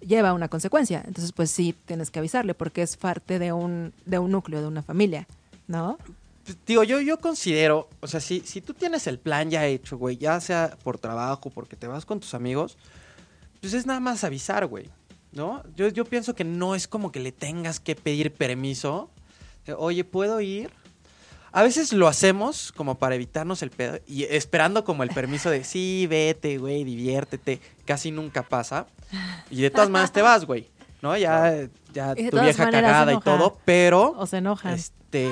lleva una consecuencia. Entonces, pues sí, tienes que avisarle, porque es parte de un, de un núcleo, de una familia, ¿no? Pues, Digo, yo, yo considero, o sea, si, si tú tienes el plan ya hecho, güey, ya sea por trabajo, porque te vas con tus amigos, pues es nada más avisar, güey, ¿no? Yo, yo pienso que no es como que le tengas que pedir permiso. Eh, Oye, ¿puedo ir? A veces lo hacemos como para evitarnos el pedo y esperando como el permiso de, sí, vete, güey, diviértete. Casi nunca pasa. Y de todas maneras te vas, güey, ¿no? Ya, ya Y de tu todas vieja maneras se cagada y enoja. todo, pero... O se enojan. Este,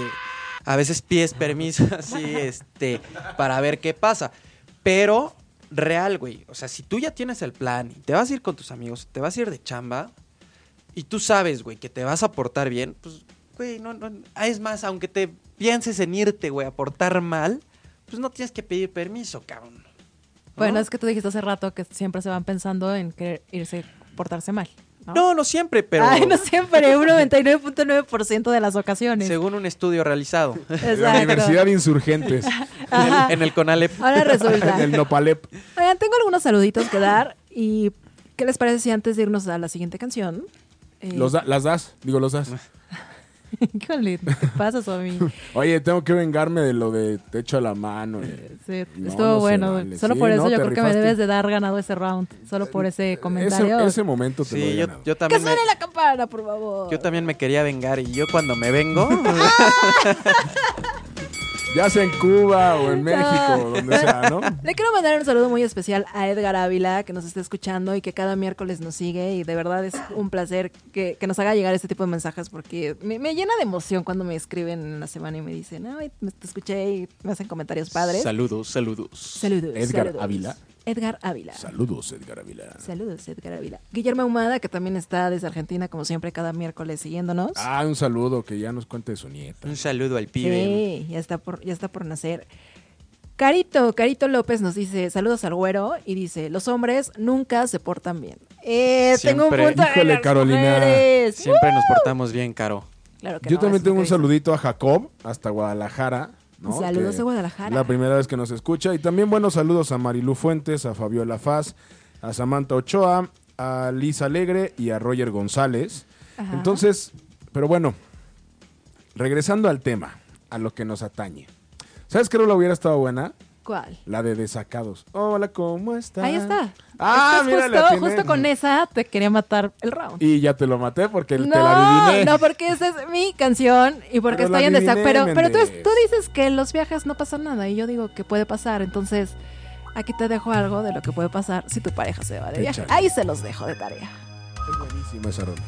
a veces pides permiso <laughs> así, este, para ver qué pasa. Pero, real, güey. O sea, si tú ya tienes el plan y te vas a ir con tus amigos, te vas a ir de chamba y tú sabes, güey, que te vas a portar bien, pues, güey, no, no. ah, Es más, aunque te pienses en irte, güey, a portar mal, pues no tienes que pedir permiso, cabrón. ¿no? Bueno, es que tú dijiste hace rato que siempre se van pensando en querer irse, portarse mal. ¿no? No, no siempre, pero Ay, no siempre, un 99.9% de las ocasiones. según un estudio realizado La Universidad <laughs> de Insurgentes, Ajá. en el CONALEP. Ahora resulta. <laughs> en el Nopalep. Oigan, tengo algunos saluditos que dar y ¿qué les parece si antes de irnos a la siguiente canción? eh, Los da- las das, digo, los das. <laughs> Híjole, ¿qué pasa, <laughs> Somi? Oye, tengo que vengarme de lo de te echo la mano. eh. Sí, No, estuvo no se bueno. vale. Solo Sí, por eso no, yo te creo que me rifaste. Eh, debes de dar ganado ese round. Solo por ese comentario. Ese, ese momento te lo Sí, he yo, ganado. yo ¡Que también. suene me- la campana, por favor! Yo también me quería vengar y yo cuando me vengo, <laughs> Ya sea en Cuba o en México, donde sea, <laughs> ¿no? Le quiero mandar un saludo muy especial a Edgar Ávila, que nos está escuchando y que cada miércoles nos sigue. Y de verdad es un placer que, que nos haga llegar este tipo de mensajes porque me, me llena de emoción cuando me escriben en la semana y me dicen, ay, me- te escuché y me hacen comentarios padres. Saludos, saludos. saludos. Edgar saludos. Ávila. Edgar Ávila. Saludos, Edgar Ávila. Saludos, Edgar Ávila. Guillermo Humada, que también está desde Argentina, como siempre, cada miércoles siguiéndonos. Ah, un saludo que ya nos cuente de su nieta. un saludo al pibe. Sí, ya está por, ya está por nacer. Carito, Carito López nos dice, saludos al güero, y dice, los hombres nunca se portan bien. Eh, tengo un Siempre. punto de Híjole, las Carolina. mujeres. Siempre nos portamos bien, Caro. Claro que Yo no, también eso es tengo lo un que saludito a Jacob, hasta Guadalajara. ¿no? Saludos Que a Guadalajara. La primera vez que nos escucha. Y también buenos saludos a Marilu Fuentes, a Fabiola Faz, a Samantha Ochoa, a Liz Alegre y a Roger González. Ajá. Entonces, pero bueno, regresando al tema, a lo que nos atañe. ¿Sabes qué rola hubiera estado buena? dice. ¿Cuál? La de Desacados. Hola, ¿cómo estás? Ahí está. Ah, Es que mira, justo, le atiné. justo con esa te quería matar el round. Y ya te lo maté porque te la No, adiviné. no, porque esa es mi canción y porque Pero la estoy en desacuerdo. Pero, adiviné, pero tú, Méndez. tú dices que en los viajes no pasa nada y yo digo que puede pasar. Entonces, aquí te dejo algo de lo que puede pasar si tu pareja se va de viaje. Échale. Ahí se los dejo de tarea. Es buenísima esa rola.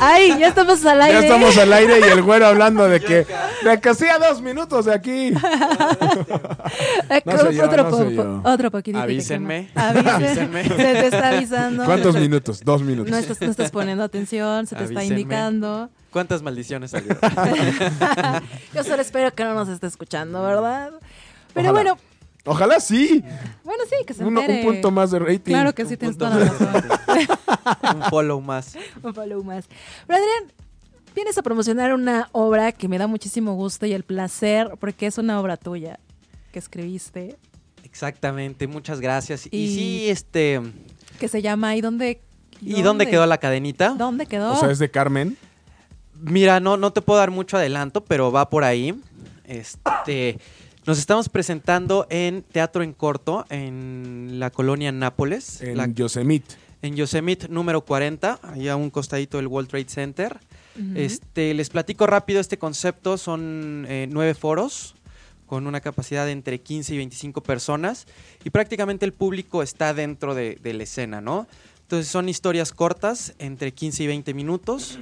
Ay, ya estamos al aire. <laughs> Ya estamos al aire y el güero hablando de que, de que sí a dos minutos de <laughs> aquí. Eh, No soy yo, otro, no po- soy po- yo. otro poquitito. que Avísenme. quema. Avísenme. <laughs> Avísenme. Se te está avisando. ¿Cuántos minutos? Dos minutos. No estás, no estás poniendo atención, se te está Avísenme. <laughs> indicando. ¿Cuántas maldiciones hay? Yo solo espero que no nos esté escuchando, ¿verdad? Pero Ojalá. bueno, Ojalá sí. bueno, sí, que se Uno- entere. un punto más de rating. Claro que sí, tienes toda la razón. Un follow más. Un follow más. Pero Adrián, vienes a promocionar una obra que me da muchísimo gusto y el placer, porque es una obra tuya que escribiste. Exactamente, muchas gracias. Y, Y- sí, este. que se llama ¿Y dónde? ¿Y dónde quedó la cadenita? ¿Dónde quedó? O sea, es de Carmen. Mira, no, no te puedo dar mucho adelanto, pero va por ahí. Este, nos estamos presentando en Teatro en Corto, en la colonia Nápoles, En la- Yosemite. en Yosemite número 40, ahí a un costadito del World Trade Center. Ujú. Este, les platico rápido este concepto. Son eh, nueve foros con una capacidad de entre 15 y 25 personas y prácticamente el público está dentro de, de la escena, ¿no? Entonces son historias cortas, entre 15 y 20 minutos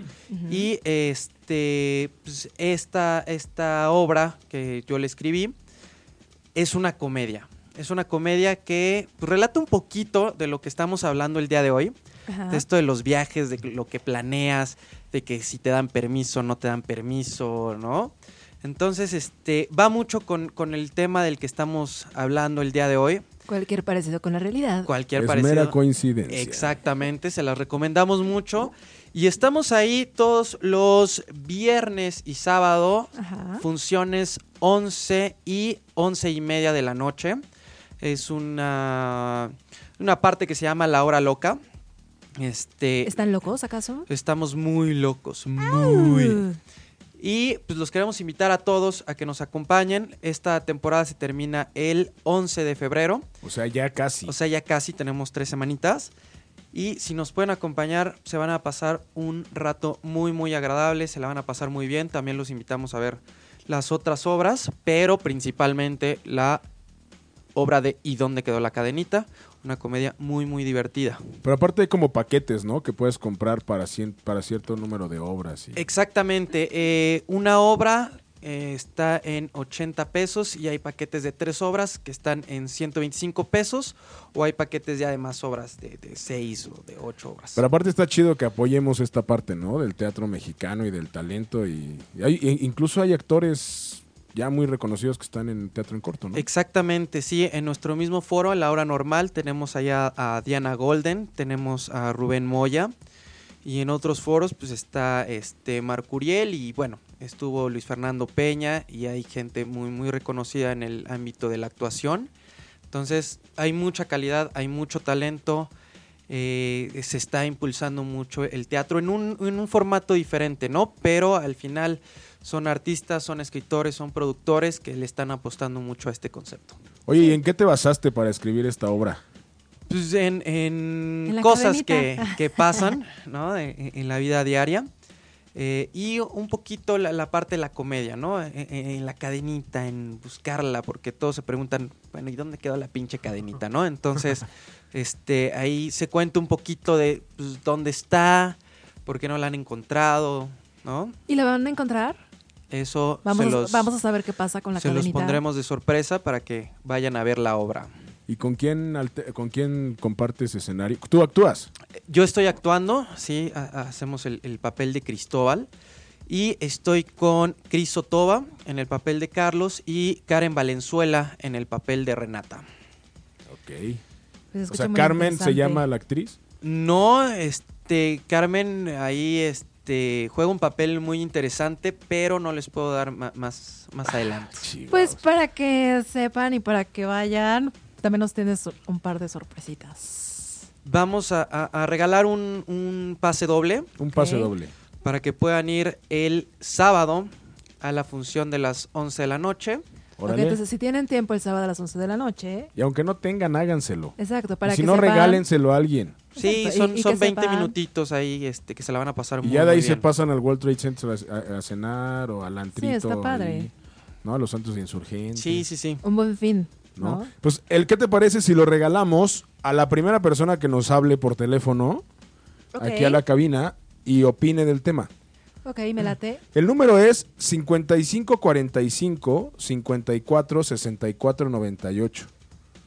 y este, pues, esta, esta obra que yo le escribí es una comedia. Es una comedia que pues, relata un poquito de lo que estamos hablando el día de hoy Ajá. de esto de los viajes, de lo que planeas, de que si te dan permiso, no te dan permiso, ¿no? Entonces, este, va mucho con, con el tema del que estamos hablando el día de hoy. Cualquier parecido con la realidad. Cualquier Es parecido. mera coincidencia. Exactamente, se las recomendamos mucho. Y estamos ahí todos los viernes y sábado, Ajá. funciones 11 y 11 y media de la noche. Es una, una parte que se llama La Hora Loca. Este, ¿Están locos acaso? Estamos muy locos, muy. Y pues los queremos invitar a todos a que nos acompañen. Esta temporada se termina el 11 de febrero. O sea, ya casi. O sea, ya casi tenemos tres semanitas. Y si nos pueden acompañar, se van a pasar un rato muy, muy agradable. Se la van a pasar muy bien. También los invitamos a ver las otras obras, pero principalmente la obra de ¿Y dónde quedó la cadenita? Una comedia muy, muy divertida. Pero aparte hay como paquetes, ¿no? Que puedes comprar para, cien- para cierto número de obras. y- Exactamente. eh, una obra eh, está en 80 pesos y hay paquetes de tres obras que están en 125 pesos o hay paquetes ya de más obras, de, de seis o de ocho obras. Pero aparte está chido que apoyemos esta parte, ¿no? Del teatro mexicano y del talento. Y, y hay- e incluso hay actores ya muy reconocidos que están en teatro en corto, ¿no? Exactamente, sí. En nuestro mismo foro, a la hora normal, tenemos allá a Diana Golden, tenemos a Rubén Moya y en otros foros pues está este Marcuriel y bueno, estuvo Luis Fernando Peña y hay gente muy muy reconocida en el ámbito de la actuación. Entonces hay mucha calidad, hay mucho talento, eh, se está impulsando mucho el teatro en un, en un formato diferente, ¿no? Pero al final son artistas, son escritores, son productores que le están apostando mucho a este concepto. Oye, ¿y en qué te basaste para escribir esta obra? Pues en, en En la cosas que, cadenita. <laughs> que pasan ¿no? en, en la vida diaria. Eh, y un poquito la, la parte de la comedia, ¿no? En, en- en la cadenita, en buscarla, porque todos se preguntan, bueno, ¿y dónde quedó la pinche cadenita, no? <laughs> Entonces, este, ahí se cuenta un poquito de pues, dónde está, por qué no la han encontrado, ¿no? ¿Y la van a encontrar? Eso se Vamos, a- los- vamos a saber qué pasa con la se los cadenita. pondremos de sorpresa para que vayan a ver la obra. ¿Y con quién, alte- con quién compartes escenario? ¿Tú actúas? Yo estoy actuando, sí, ha- hacemos el, el papel de Cristóbal. Y estoy con Cris Otoba en el papel de Carlos y Karen Valenzuela en el papel de Renata. Ok. Pues se O escucha sea, muy Carmen se interesante. llama la actriz. No, este, Carmen ahí este, juega un papel muy interesante, pero no les puedo dar ma- más, más adelante. Pues para que sepan y para que vayan, también nos tienes un par de sorpresitas. Vamos a, a- a regalar un, un pase doble Un pase Ok. doble. para que puedan ir el sábado a la función de las 11 de la noche. Ok, Órale. entonces si tienen tiempo el sábado a las 11 de la noche, Y aunque no tengan, háganselo. exacto, Y para si que no, sepan- regálenselo a alguien. Sí, Pues Exacto, y- son, y son que 20 sepan. minutitos ahí este, que se la van a pasar Y muy, ya de muy ahí se bien. pasan al World Trade Center a, a- a cenar o al antrito. está padre. ahí, ¿No? A los santos insurgentes. Sí, sí, sí. un buen fin, ¿no? ¿no? Pues, ¿el qué te parece si lo regalamos a la primera persona que nos hable por teléfono Ok. aquí a la cabina y opine del tema? Ok, me late. El número es 5545 54 64 98.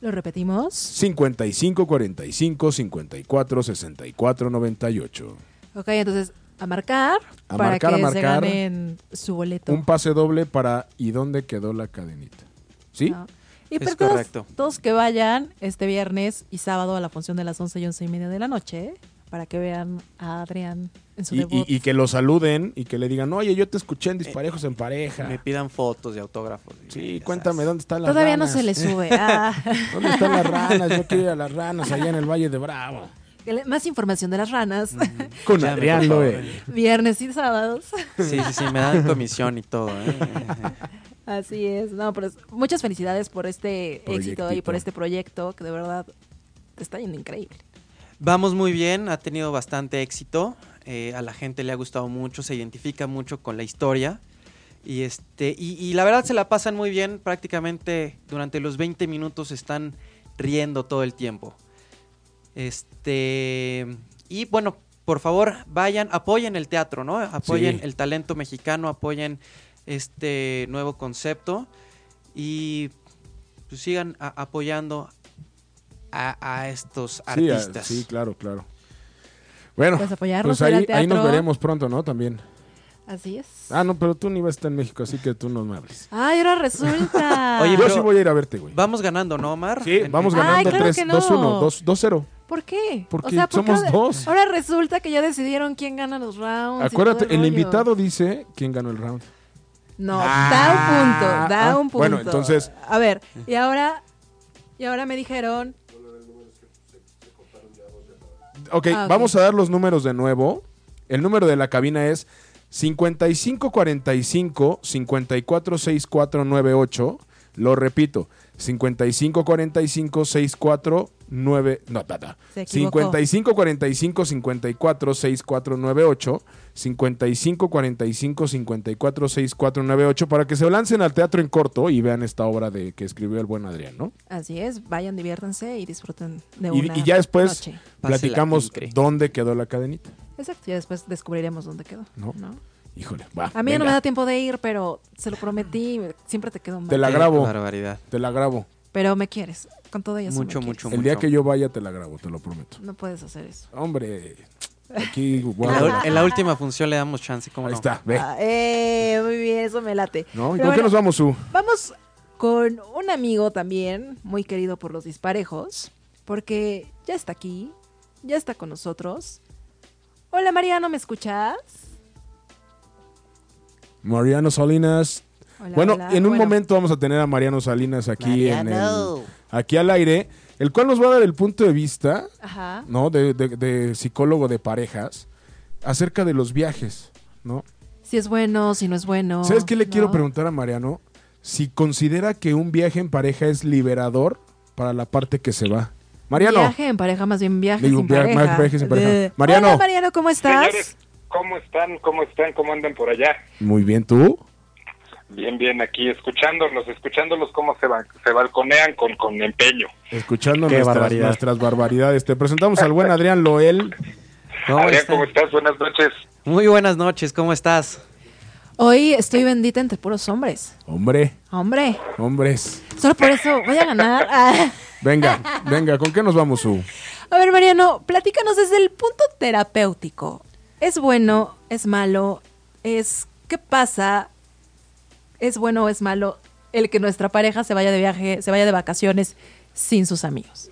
Lo repetimos. 5545 54 64 98. Ok, entonces a marcar A para marcar, a que se marcar. ganen su boleto. Un pase doble para ¿y dónde quedó la cadenita? ¿Sí? ¿no? Y Es pues todos, correcto. todos que vayan este viernes y sábado a la función de las 11 y 11 y media de la noche para que vean a Adrián en su Y, debut. y- y que lo saluden y que le digan, oye, yo te escuché en Disparejos en Pareja. Me pidan fotos y autógrafos. y ya Sí, sabes. cuéntame dónde están las Todavía no ranas? se le <laughs> sube. Ah. <laughs> ¿Dónde están las ranas? Yo quiero ir a las ranas allá en el Valle de Bravo. Que le- Más información de las ranas. Con Llame, Adrián por favor. Loe. <laughs> Viernes y sábados. Sí, sí, sí, me dan comisión y todo. ¿eh? <laughs> Así es. No, pero es- muchas felicidades por este éxito y Proyectito. por este proyecto que de verdad está yendo increíble. Vamos muy bien, ha tenido bastante éxito. eh, a la gente le ha gustado mucho, se identifica mucho con la historia. Y, este, y, y la verdad se la pasan muy bien. Prácticamente durante los 20 minutos están riendo todo el tiempo. Este. Y bueno, por favor, vayan, apoyen el teatro, ¿no? Apoyen Sí. el talento mexicano, apoyen este nuevo concepto. Y pues, sigan a- apoyando a, a estos Sí, ah, artistas. sí, claro, claro. Bueno, Pues apoyarlos, pues ir ahí, al ahí nos teatro. veremos pronto, ¿no? También. Así es. Ah, no, pero tú ni vas a estar en México, así que tú no me hables. Ay, ahora <laughs> resulta. Oye, Yo pero- sí voy a ir a verte, güey. Vamos ganando, ¿no, Omar? Sí, En- vamos Ah, Ay, ganando claro tres, que no. 2-1, 2 2-0. ¿Por qué? Porque ¿por qué somos ahora- dos. Ahora resulta que ya decidieron quién gana los rounds. y Acuérdate, todo el rollo. invitado dice quién ganó el round. No, Ah, da un punto, da ah, un punto. bueno, entonces- A ver, y ahora. Y ahora me dijeron. Ok, Ah, ok. vamos a dar los números de nuevo. El número de la cabina es 5545 546498. Lo repito, 5545 649 no, no, no. Se equivocó. 5545 546498, 5545 546498 para que se lancen al teatro en corto y vean esta obra de que escribió el buen Adrián, ¿no? Así es, vayan, diviértanse y disfruten de Y, una y ya después noche. Pásela platicamos incre. dónde quedó la cadenita. Exacto, ya después descubriremos dónde quedó. No. No. Híjole, va. A mí ya no venga. me da tiempo de ir, pero se lo prometí, siempre te quedo mal. Te la Qué grabo. barbaridad. Te la grabo. Pero me quieres, con todo y eso Mucho, me quieres. mucho, El mucho. día que yo vaya te la grabo, te lo prometo. No puedes hacer eso. Hombre, <laughs> aquí En guau, la, guau. ul- en la última función le damos chance, ¿cómo Ahí no? está, ve. Ah, eh, muy bien, eso me late. ¿No? ¿Y Pero con qué bueno, nos vamos, Su? Vamos con un amigo también, muy querido por los disparejos, porque ya está aquí, ya está con nosotros. Hola Mariano, ¿me escuchas? Mariano Salinas. Hola, bueno, hola. en un Bueno, momento vamos a tener a Mariano Salinas aquí en el- aquí al aire, el cual nos va a dar el punto de vista, Ajá. ¿no? De, de- de psicólogo de parejas acerca de los viajes, ¿no? Si es bueno, si no es bueno. ¿Sabes qué le quiero ¿no? preguntar a Mariano? Si considera que un viaje en pareja es liberador para la parte que se va. Mariano. Viaje en pareja, más bien viaje Digo, sin via- pareja. más viaje sin pareja. Eh, Mariano. Hola, Mariano, ¿cómo estás? Señores, ¿cómo están? ¿Cómo están? ¿Cómo andan por allá? Muy bien, ¿tú? Bien, bien, aquí escuchándolos, escuchándolos cómo se, ba- se balconean con, con empeño. Escuchando Qué nuestras, barbaridad. nuestras barbaridades. Te presentamos al buen Adrián Loel. ¿Cómo Adrián, estás? ¿cómo estás? Buenas noches. Muy buenas noches, ¿cómo estás? Hoy estoy bendita entre puros hombres. Hombre, Hombre, hombres. solo por eso voy a ganar. <laughs> Ah. Venga, venga, ¿con qué nos vamos, Su? A ver, Mariano, platícanos desde el punto terapéutico. ¿Es bueno? ¿Es malo? ¿Es qué pasa? ¿Es bueno o es malo el que nuestra pareja se vaya de viaje, se vaya de vacaciones sin sus amigos?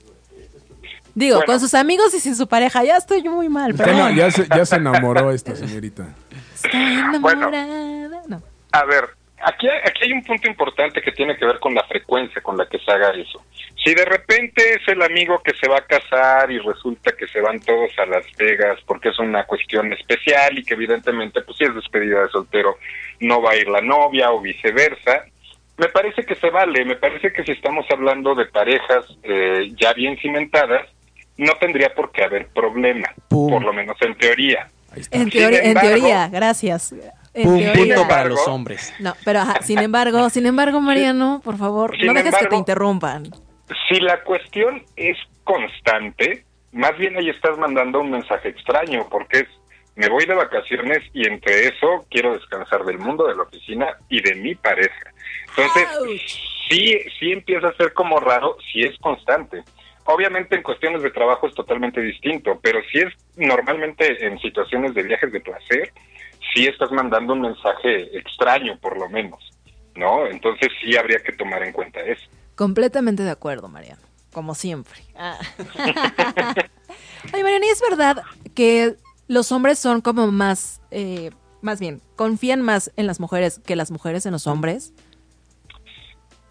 Digo, Bueno. con sus amigos y sin su pareja. Ya estoy muy mal, Usted no- pero ya, se, ya se enamoró esta señorita. estoy Bueno. enamorada. No. A ver, aquí, aquí hay un punto importante que tiene que ver con la frecuencia con la que se haga eso. Si de repente es el amigo que se va a casar y resulta que se van todos a Las Vegas porque es una cuestión especial y que evidentemente, pues si es despedida de soltero, no va a ir la novia o viceversa, me parece que se vale. Me parece que si estamos hablando de parejas eh, ya bien cimentadas, no tendría por qué haber problema, Pum. por lo menos en teoría. En, Sin teori- en embargo- teoría, gracias. En Pum, teoría. punto para Embargo- los hombres. No, pero ajá, sin <laughs> embargo, sin embargo, Mariano, por favor, Sin no dejes que te embargo- interrumpan. si la cuestión es constante, más bien ahí estás mandando un mensaje extraño, porque es, me voy de vacaciones y entre eso quiero descansar del mundo, de la oficina y de mi pareja. Entonces, Ouch. sí, sí empieza a ser como raro si es constante. Obviamente en cuestiones de trabajo es totalmente distinto, pero si es normalmente en situaciones de viajes de placer, sí estás mandando un mensaje extraño, por lo menos, ¿no? Entonces sí habría que tomar en cuenta eso. Completamente de acuerdo, Mariano. como siempre. <laughs> Ah. Oye, Mariana, ¿y ¿es verdad que los hombres son como más, eh, más bien, confían más en las mujeres que las mujeres en los hombres?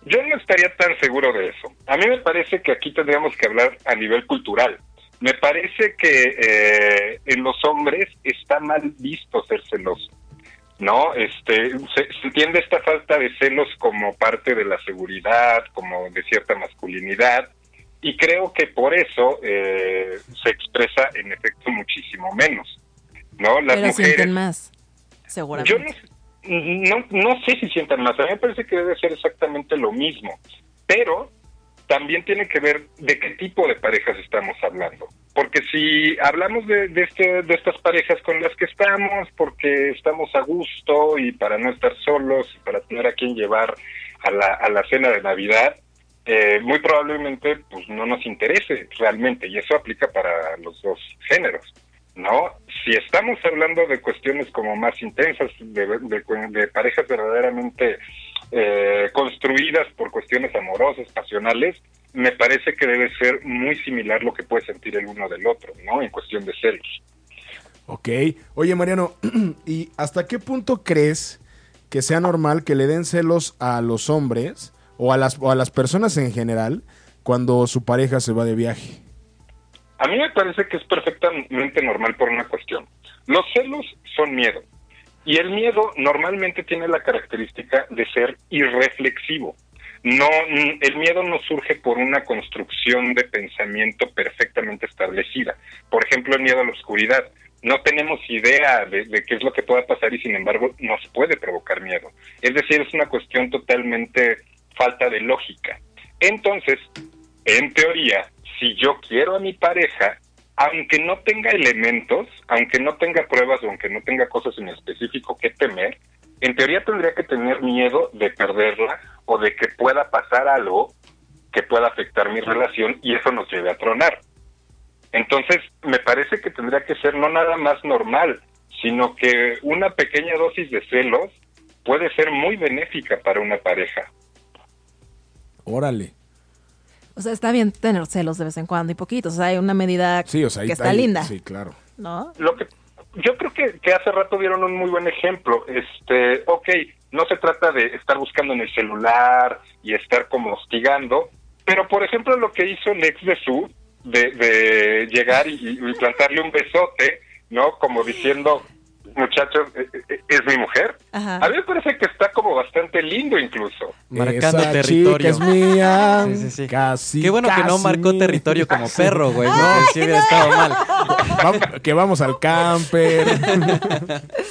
Yo no estaría tan seguro de eso. A mí me parece que aquí tendríamos que hablar a nivel cultural. Me parece que eh, en los hombres está mal visto ser celoso, ¿no? Este, se, se entiende esta falta de celos como parte de la seguridad, como de cierta masculinidad, y creo que por eso eh, se expresa en efecto muchísimo menos, ¿no? Las Pero mujeres sienten más, seguramente. yo no, no, no sé si sientan más. A mí me parece que debe ser exactamente lo mismo. Pero también tiene que ver de qué tipo de parejas estamos hablando. Porque si hablamos de, de este- de estas parejas con las que estamos, porque estamos a gusto y para no estar solos, y para tener a quien llevar a la, a la cena de Navidad, eh, muy probablemente pues no nos interese realmente y eso aplica para los dos géneros no si estamos hablando de cuestiones como más intensas de, de- de parejas verdaderamente eh, construidas por cuestiones amorosas pasionales me parece que debe ser muy similar lo que puede sentir el uno del otro no en cuestión de celos Ok. Oye, Mariano, <clears throat> ¿y hasta qué punto crees que sea normal que le den celos a los hombres o a las, o a las personas en general cuando su pareja se va de viaje? A mí me parece que es perfectamente normal por una cuestión. Los celos son miedo. Y el miedo normalmente tiene la característica de ser irreflexivo. No, mm, el miedo no surge por una construcción de pensamiento perfectamente establecida. Por ejemplo, el miedo a la oscuridad. No tenemos idea de, de qué es lo que pueda pasar y sin embargo nos puede provocar miedo. Es decir, es una cuestión totalmente falta de lógica. Entonces, en teoría, si yo quiero a mi pareja, aunque no tenga elementos, aunque no tenga pruebas o aunque no tenga cosas en específico que temer, en teoría tendría que tener miedo de perderla o de que pueda pasar algo que pueda afectar mi relación y eso nos lleve a tronar. Entonces, me parece que tendría que ser no nada más normal, sino que una pequeña dosis de celos puede ser muy benéfica para una pareja. Órale. O sea, está bien tener celos de vez en cuando y poquitos. O sea, hay una medida Sí, o sea, ahí- que está ahí- linda, Sí, claro. ¿no? lo que yo creo que, que hace rato dieron un muy buen ejemplo. Este, ok, no se trata de estar buscando en el celular y estar como hostigando, pero por ejemplo lo que hizo Lex de Su, de, de llegar y, y plantarle un besote, ¿no? Como diciendo, muchachos, eh, eh, es mi mujer. Ajá. A mí me parece que está como bastante lindo incluso. Marcando Esa territorio. chica es mía. Sí, sí, sí. Casi, Qué bueno que no casi marcó mía. territorio <laughs> como Sí. perro, güey. No, que sí hubiera estado mal. Vam- que vamos al <laughs> camper.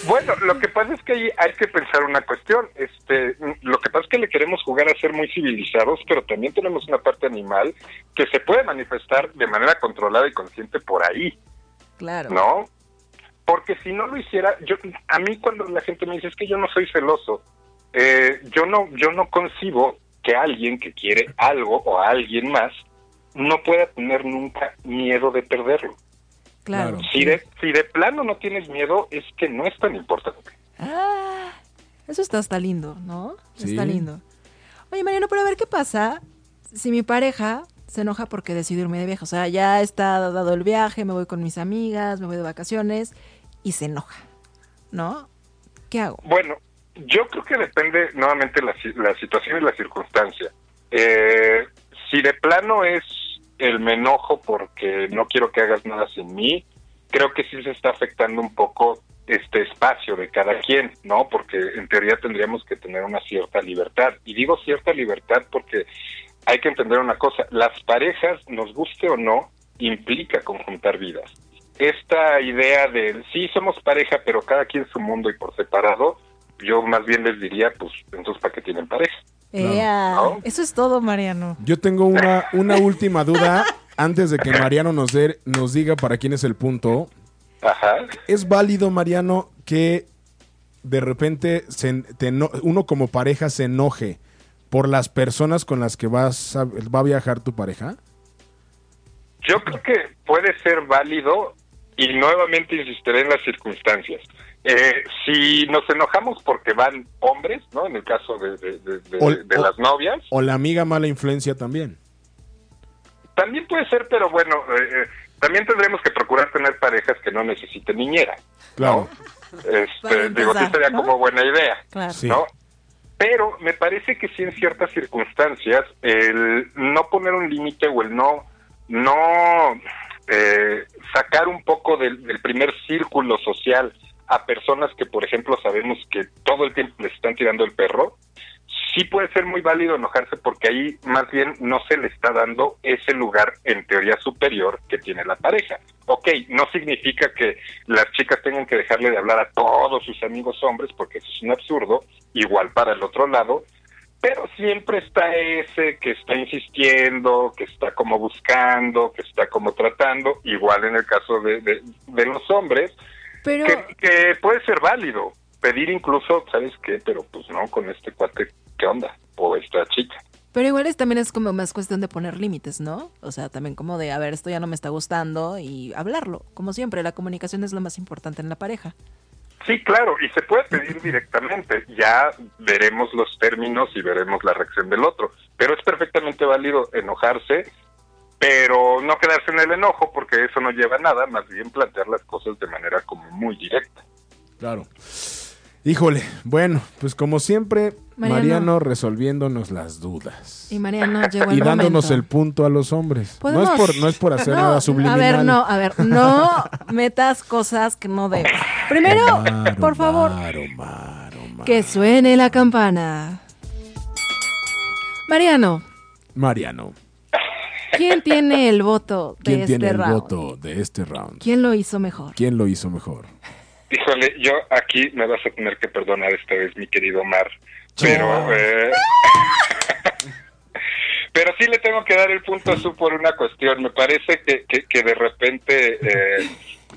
Bueno, lo que pasa es que ahí hay que pensar una cuestión. Este, mm, lo que pasa es que le queremos jugar a ser muy civilizados, pero también tenemos una parte animal que se puede manifestar de manera controlada y consciente por ahí, Claro. ¿no? Porque si no lo hiciera, yo a mí cuando la gente me dice es que yo no soy celoso, eh, yo no, yo no concibo que alguien que quiere algo o a alguien más no pueda tener nunca miedo de perderlo. claro. Claro. Si de, si de plano no tienes miedo, es que no es tan importante. Ah, eso está, está lindo, ¿no? Sí. Está lindo. Oye, Mariano, pero a ver qué pasa si mi pareja se enoja porque decido irme de viaje. O sea, ya está dado el viaje, me voy con mis amigas, me voy de vacaciones y se enoja, ¿no? ¿Qué hago? Bueno, yo creo que depende nuevamente la, si- la situación y la circunstancia. Eh, si de plano es el me enojo porque no quiero que hagas nada sin mí, creo que sí se está afectando un poco este espacio de cada quien, ¿no? Porque en teoría tendríamos que tener una cierta libertad. Y digo cierta libertad porque hay que entender una cosa, las parejas, nos guste o no, implica conjuntar vidas. Esta idea de sí somos pareja, pero cada quien su mundo y por separado, yo más bien les diría, pues entonces para qué tienen pareja. Ea, ¿No? Eh, ah, Eso es todo, Mariano. Yo tengo una, una última duda antes de que Mariano nos, dé- nos diga para quién es el punto. Ajá. ¿Es válido, Mariano, que de repente se en- te eno- uno como pareja se enoje por las personas con las que vas a- va a viajar tu pareja? Yo creo que puede ser válido y nuevamente insistiré en las circunstancias. Eh, si nos enojamos porque van hombres, ¿no? En el caso de, de- de- de- Ol- de o- las novias, ¿O la amiga mala influencia también? También puede ser, pero bueno, eh, eh, también tendremos que procurar tener parejas que no necesiten niñera. Claro. Para Este, digo, sí empezar, sería ¿no? como buena idea. Claro. Sí. ¿no? Pero me parece que sí en ciertas circunstancias el no poner un límite o el no no eh, sacar un poco del, del primer círculo social a personas que por ejemplo sabemos que todo el tiempo les están tirando el perro sí puede ser muy válido enojarse porque ahí más bien no se le está dando ese lugar en teoría superior que tiene la pareja. Ok, no significa que las chicas tengan que dejarle de hablar a todos sus amigos hombres porque eso es un absurdo, igual para el otro lado, pero siempre está ese que está insistiendo, que está como buscando, que está como tratando, igual en el caso de, de- de los hombres, Pero, que, que puede ser válido pedir incluso, ¿sabes qué? Pero pues no, con este cuate, ¿qué onda? O esta chica. pero igual es, también es como más cuestión de poner límites, ¿no? O sea, también como de, a ver, esto ya no me está gustando y hablarlo. Como siempre, la comunicación es lo más importante en la pareja. Sí, claro, y se puede pedir directamente. Ya veremos los términos y veremos la reacción del otro. Pero es perfectamente válido enojarse, pero no quedarse en el enojo porque eso no lleva a nada, más bien plantear las cosas de manera como muy directa. Claro. Híjole, bueno, pues como siempre, Mariano, Mariano. resolviéndonos las dudas. Y Mariano llegó el Y dándonos momento. el punto a los hombres. No es, ¿Podemos? por, no es por hacer No, nada subliminal. A ver, no, a ver, no <laughs> metas cosas que no debes. Primero, Omar, por favor, Omar, Omar, Omar. que suene la campana. Mariano, Mariano, ¿quién tiene el voto de ¿quién este tiene el round? voto de este round? ¿Quién lo hizo mejor? ¿Quién lo hizo mejor? Híjole, yo aquí me vas a tener que perdonar esta vez, mi querido Omar. Pero, eh, <laughs> pero sí le tengo que dar el punto a su por una cuestión. Me parece que, que, que de repente eh,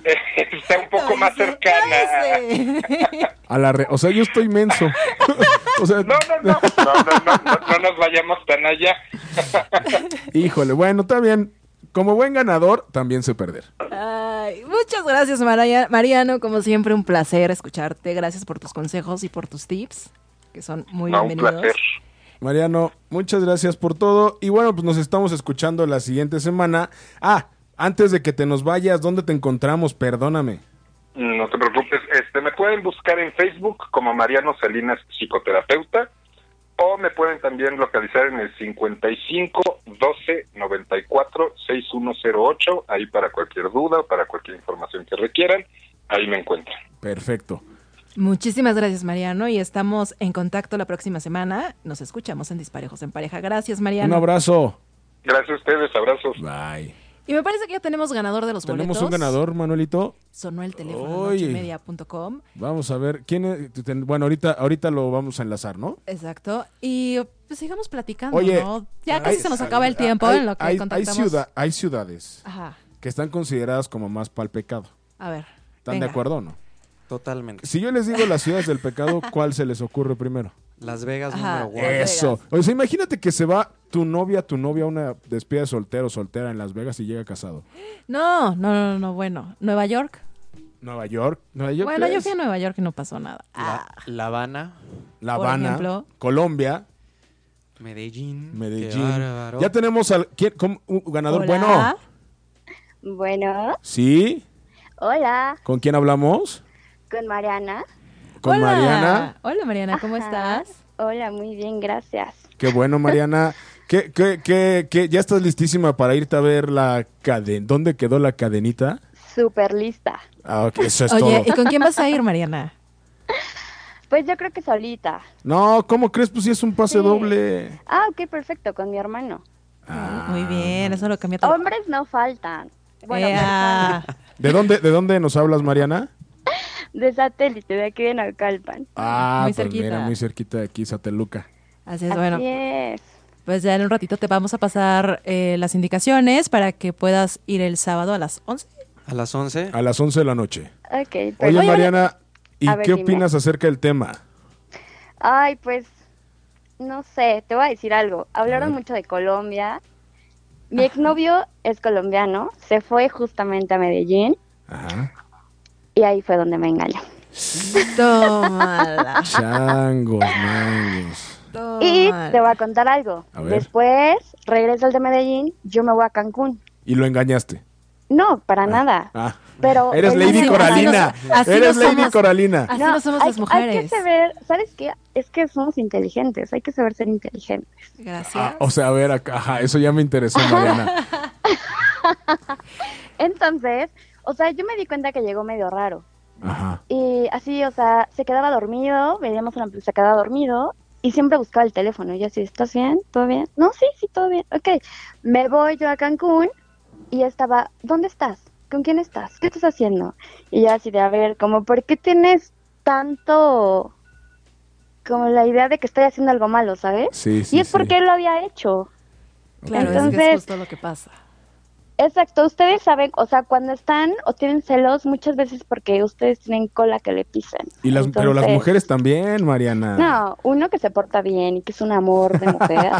<laughs> está un poco más cercana. a- Cállese. <laughs> A la re- o sea, yo estoy menso. <laughs> o sea, No, no, no, no, no, no, no, no nos vayamos tan allá. <laughs> híjole, bueno, está bien. Como buen ganador, también sé perder. Ay, muchas gracias, Maraya- Mariano. Como siempre, un placer escucharte. Gracias por tus consejos y por tus tips, que son muy No, un bienvenidos. placer. Mariano, muchas gracias por todo. Y bueno, pues nos estamos escuchando la siguiente semana. Ah, antes de que te nos vayas, ¿dónde te encontramos? Perdóname. No te preocupes, este, me pueden buscar en Facebook como Mariano Salinas Psicoterapeuta o me pueden también localizar en el 55 12 94 6108, ahí para cualquier duda, para cualquier información que requieran, ahí me encuentran. Perfecto. Muchísimas gracias, Mariano. Y estamos en contacto la próxima semana. Nos escuchamos en Disparejos en Pareja. Gracias, Un Mariano. abrazo. Gracias a ustedes, abrazos. Bye. y me parece que ya tenemos ganador de los Tenemos boletos. un ganador, Manuelito. Sonó el teléfono Oye. media.com. Vamos a ver quién es. Ten- Bueno, ahorita, ahorita lo vamos a enlazar, ¿no? Exacto. Y pues sigamos platicando, Oye, ¿no? Ya casi hay- se nos acaba el tiempo hay- en lo que hay, hay, contactamos. ciuda- hay ciudades Ajá. que están consideradas como más para el pecado. A ver. ¿Están venga. de acuerdo o no? Totalmente. Si yo les digo las ciudades del <laughs> pecado, ¿cuál se les ocurre primero? Las Vegas Ajá. número uno. Las Eso. Vegas. O sea, imagínate que se va tu novia, tu novia a una despedida de soltero o soltera en Las Vegas y llega casado. No, no, no, no, bueno. ¿Nueva York? Nueva York. Nueva York. bueno, ¿qué yo es? fui a Nueva York y no pasó nada. Ah, La, La Habana, La por Habana, ejemplo. Colombia, Medellín. Qué Medellín. bárbaro. Ya tenemos al ¿quién? ¿Cómo? un ganador. Hola. Bueno, Bueno, sí. hola, ¿Con quién hablamos? con Mariana. Con Hola. Mariana. Hola, Mariana, ¿cómo Ajá. estás? Hola, muy bien, gracias. Qué <laughs> bueno, Mariana. ¿Qué, qué, qué, qué? ¿Ya estás listísima para irte a ver la cadena? ¿Dónde quedó la cadenita? Súper lista. Ah, ok, eso es Oye, ¿y todo. con quién vas a ir, Mariana? Pues yo creo que solita. No, ¿cómo crees? Pues si es un pase Sí. doble. Ah, ok, perfecto, con mi hermano. Muy bien, eso lo cambió todo. Eh, ah, Hombres no faltan. Oh, Bueno, Ea. ¿De dónde, ¿De dónde nos hablas, Mariana? personas <laughs> de satélite, de aquí de Naucalpan. Ah, Muy pues cerquita. mira, muy cerquita de aquí, Sateluca. Así es, Así bueno, es. pues ya en un ratito te vamos a pasar eh, las indicaciones para que puedas ir el sábado a las 11. A las 11. A las 11 de la noche. Ok, Oye, pues. Mariana, ¿y A ver, qué dime. opinas acerca del tema? Ay, pues. No sé, te voy a decir algo. Hablaron ver. mucho de Colombia. Mi exnovio es colombiano, se fue justamente a Medellín Ajá. y ahí fue donde me engañó. Tómala. Changos, mangos. No. <laughs> Y man. te voy a contar algo. A ver. Después regreso al de Medellín, yo me voy a Cancún. Y lo engañaste. No, para nada. Ah. Pero Eres el Lady mismo- Coralina. Así no- así Eres no Lady somos. Coralina. Así no somos hay, las mujeres. Hay que saber, ¿sabes qué? Es que somos inteligentes, hay que saber ser inteligentes. Gracias. Ah, o sea, a ver, acá, ajá, eso ya me interesó, Mariana. Entonces, o sea, yo me di cuenta que llegó medio raro. Ajá. Y así, o sea, se quedaba dormido, veíamos una se quedaba dormido y siempre buscaba el teléfono. Y yo así, ¿estás bien? ¿Todo bien? No, sí, sí, todo bien. Ok, me voy yo a Cancún y estaba, ¿dónde estás? ¿Con quién estás? ¿Qué estás haciendo? Y yo así de, a ver, como, ¿por qué tienes tanto, como la idea de que estoy haciendo algo malo, ¿sabes? Sí, sí. y es sí. porque él lo había hecho. claro, es que es entonces- justo lo que pasa. Exacto, ustedes saben, o sea, cuando están o tienen celos, muchas veces porque ustedes tienen cola que le pisan. Y las, pero las Entonces- mujeres también, Mariana. No, uno que se porta bien y que es un amor de <laughs> mujer.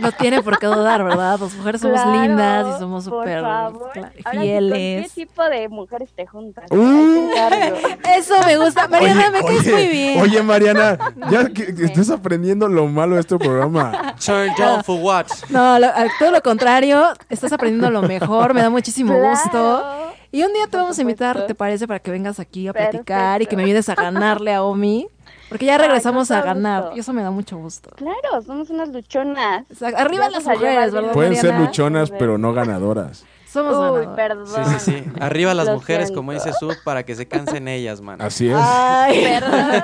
No tiene por qué dudar, ¿verdad? Las mujeres somos Claro, lindas y somos por súper favor. cla- Ahora sí, fieles. ¿Con qué tipo de mujeres te juntas? Uh. Ahí te encargo. Eso me gusta. Mariana, me caes muy bien. Oye, Mariana, <laughs> ya que que estás aprendiendo lo malo de este programa. Turn down for what? No, lo- al- todo lo contrario, estás aprendiendo lo mejor, me da muchísimo Claro. gusto. Y un día te Por vamos a invitar, supuesto. ¿te parece? Para que vengas aquí a platicar y que me Perfecto. ayudes a ganarle a Omi. Porque ya Ay, regresamos con a todo ganar gusto. y eso me da mucho gusto. Claro, somos unas luchonas. O sea, arriba Ya las nos salió mujeres, Barbie. ¿verdad? Pueden ser Mariana? luchonas, pero no ganadoras. Somos Uy, ganadoras. perdón. Sí, sí, <laughs> sí. Arriba las Lo mujeres, siento. como dice Su, para que se cansen ellas, man. Así es. <laughs> Ay, Perdón.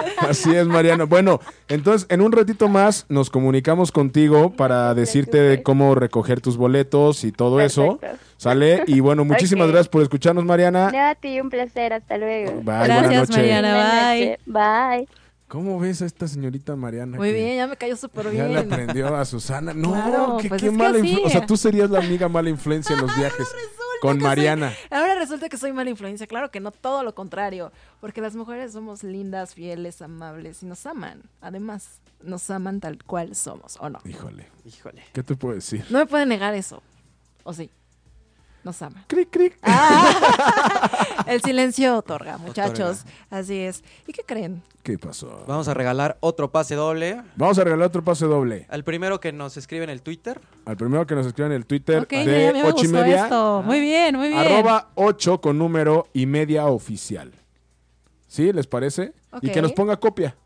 <laughs> Así es, Mariana. Bueno, entonces en un ratito más nos comunicamos contigo para decirte de cómo recoger tus boletos y todo eso. Perfecto. ¿Sale? Y bueno, muchísimas Ok. gracias por escucharnos, Mariana. Nada, a ti un placer, hasta luego. Bye, buenas Gracias, noches. Mariana. Buenas Bye. noches. Bye. ¿Cómo ves a esta señorita Mariana? Muy que bien, ya me cayó súper Ya bien. le aprendió a Susana. No, Claro, qué, pues qué es que mala así. influencia. O sea, tú serías la amiga mala influencia en los viajes con que Mariana. Ahora resulta que soy mala influencia, claro que no, todo lo contrario, porque las mujeres somos lindas, fieles, amables y nos aman. Además, nos aman tal cual somos, ¿o no? Híjole, Híjole. ¿qué te puedo decir? No me pueden negar eso, ¿o sí? Nos aman. Cric, cric. Ah. El silencio otorga, muchachos. Así es. ¿Y qué creen? ¿Qué pasó? Vamos a regalar otro pase doble. Vamos a regalar otro pase doble. Al primero que nos escribe en el Twitter. Al primero que nos escriba en el Twitter Ok, ya, ya de me 8 y gustó media. esto. Muy bien, muy bien. Arroba 8 con número y media oficial. ¿Sí? ¿Les parece? Y Ok. que nos ponga copia.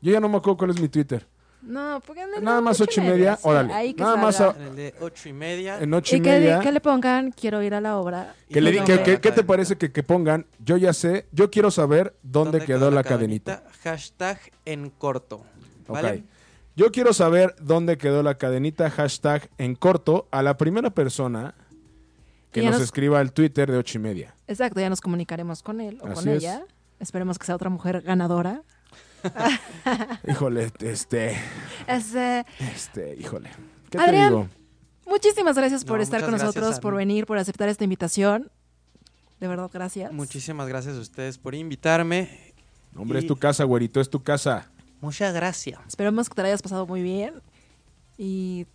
Yo ya no me acuerdo cuál es mi Twitter. No, porque Nada más ocho y media, sí, órale. ahí que Nada más salga. En el de ocho y media. En 8 y, Y que, media. que le pongan, quiero ir a la obra. Eh, Que le di- No, que- no. que- ¿Qué te parece que, que pongan? Yo ya sé, yo quiero saber dónde, quedó, la cadenita. Hashtag en corto. ¿Vale? Ok. Yo quiero saber dónde quedó la cadenita. Hashtag en corto a la primera persona que Y ya nos, nos- escriba al Twitter de ocho y media. <laughs> Exacto, ya nos comunicaremos con él o con Así es. ella. Esperemos que sea otra mujer ganadora. Híjole, este, Este, este, híjole. ¿Qué Adrián. te digo? muchísimas gracias por No, estar muchas con gracias nosotros, a por mí. venir, por aceptar esta invitación. De verdad, gracias. Muchísimas gracias a ustedes por invitarme. Hombre, Y- es tu casa, güerito, es tu casa. Muchas gracias. Esperemos que te la hayas pasado muy bien. Y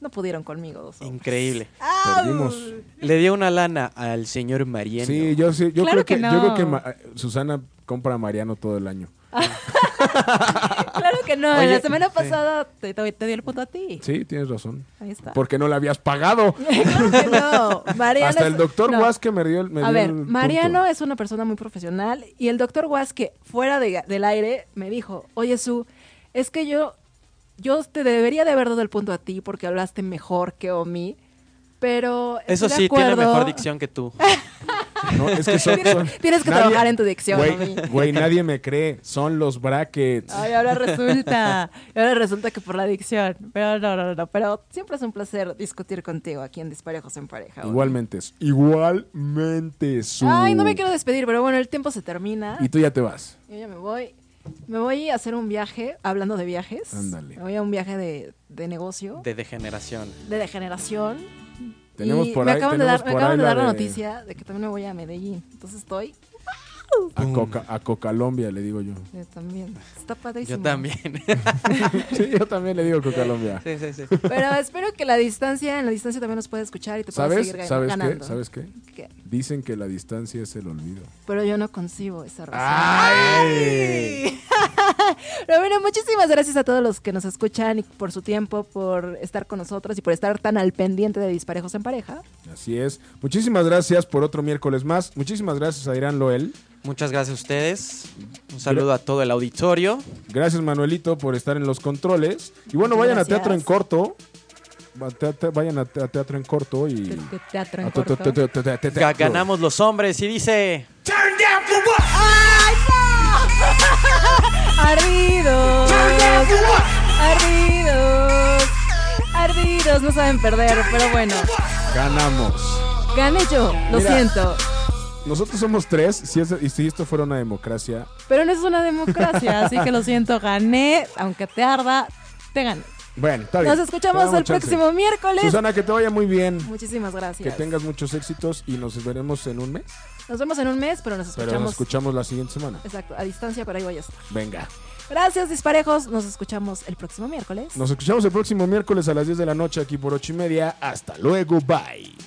no pudieron conmigo. dos hombres. Increíble. Perdimos. Le dio una lana al señor Mariano. Sí, yo sí, yo Claro creo que, que yo creo que no. Ma- eh, Susana compra a Mariano todo el año. Claro que no. Oye, la semana pasada te, te- te dio el punto a ti. Sí, tienes razón. Ahí está. Porque no la habías pagado. claro que no. Mariana Hasta el es- doctor no. Guas que me dio el. me A dio ver, el punto. Mariano es una persona muy profesional y el doctor Was que fuera de- del aire me dijo, oye Su, es que yo, yo te debería de haber dado el punto a ti porque hablaste mejor que Omi, pero... estoy Eso de sí, tiene acuerdo. mejor dicción <laughs> que tú. No, es que son- Tienes- son- tienes que trabajar en tu dicción, Güey, Omi. güey, nadie me cree. Son los brackets. Ay, ahora resulta, y ahora resulta que por la adicción, pero no, no, no, pero siempre es un placer discutir contigo aquí en Disparejos en Pareja. Omi. Igualmente. Igualmente. Su... Ay, no me quiero despedir, pero bueno, el tiempo se termina. Y tú ya te vas. Yo ya me voy. Me voy a hacer un viaje, hablando de viajes. Ándale. Me voy a un viaje de, de negocio, de, De degeneración. degeneración. Tenemos y por me ahí- acaban de tenemos dar, me por acaban ahí de la dar la de- noticia de que también me voy a Medellín. Entonces estoy A, Coca, a Cocalombia le digo yo. eh, también. Está padrísimo. <laughs> Yo también. Sí, yo también le digo Cocalombia. sí, sí, sí. Pero espero que la distancia, en la distancia también nos pueda escuchar y te puedas ¿Sabes? seguir gan- ¿Sabes qué? ganando. ¿Sabes qué? ¿Qué? Dicen que la distancia es el olvido. Pero yo no concibo esa razón. ¡Ay! <laughs> Pero Pero bueno, muchísimas gracias a todos los que nos escuchan y por su tiempo, por estar con nosotros y por estar tan al pendiente de Disparejos en Pareja. Así es. Muchísimas gracias por otro miércoles más. Muchísimas gracias a Irán Loel. Muchas gracias a ustedes. Un saludo a todo el auditorio. Gracias Manuelito por estar en los controles. Y bueno, Muchas vayan gracias. a Teatro en Corto. Va- te- te- Vayan a, te- a Teatro en Corto y... Te- Teatro en a Ah, te- te- corto. te- te- te- te- Ga- Ganamos los hombres y dice... Ardidos. Ardidos. Ardidos, no saben perder, pero bueno. Ganamos. Gané yo, lo Mira. siento. Nosotros somos tres. Si es- y si esto fuera una democracia, Pero no es una democracia, así que lo siento, gané, aunque te arda, te gané. Bueno, está bien. Nos escuchamos Te damos el chance. próximo miércoles. Susana, que te vaya muy bien. Muchísimas Que gracias. tengas muchos éxitos y nos veremos en un mes. Nos vemos en un mes, pero nos escuchamos. Pero nos escuchamos la siguiente semana. Exacto, a distancia, pero ahí voy a estar. Venga. Gracias, disparejos. Nos escuchamos el próximo miércoles. Nos escuchamos el próximo miércoles a las 10 de la noche aquí por 8 y media. Hasta luego. Bye.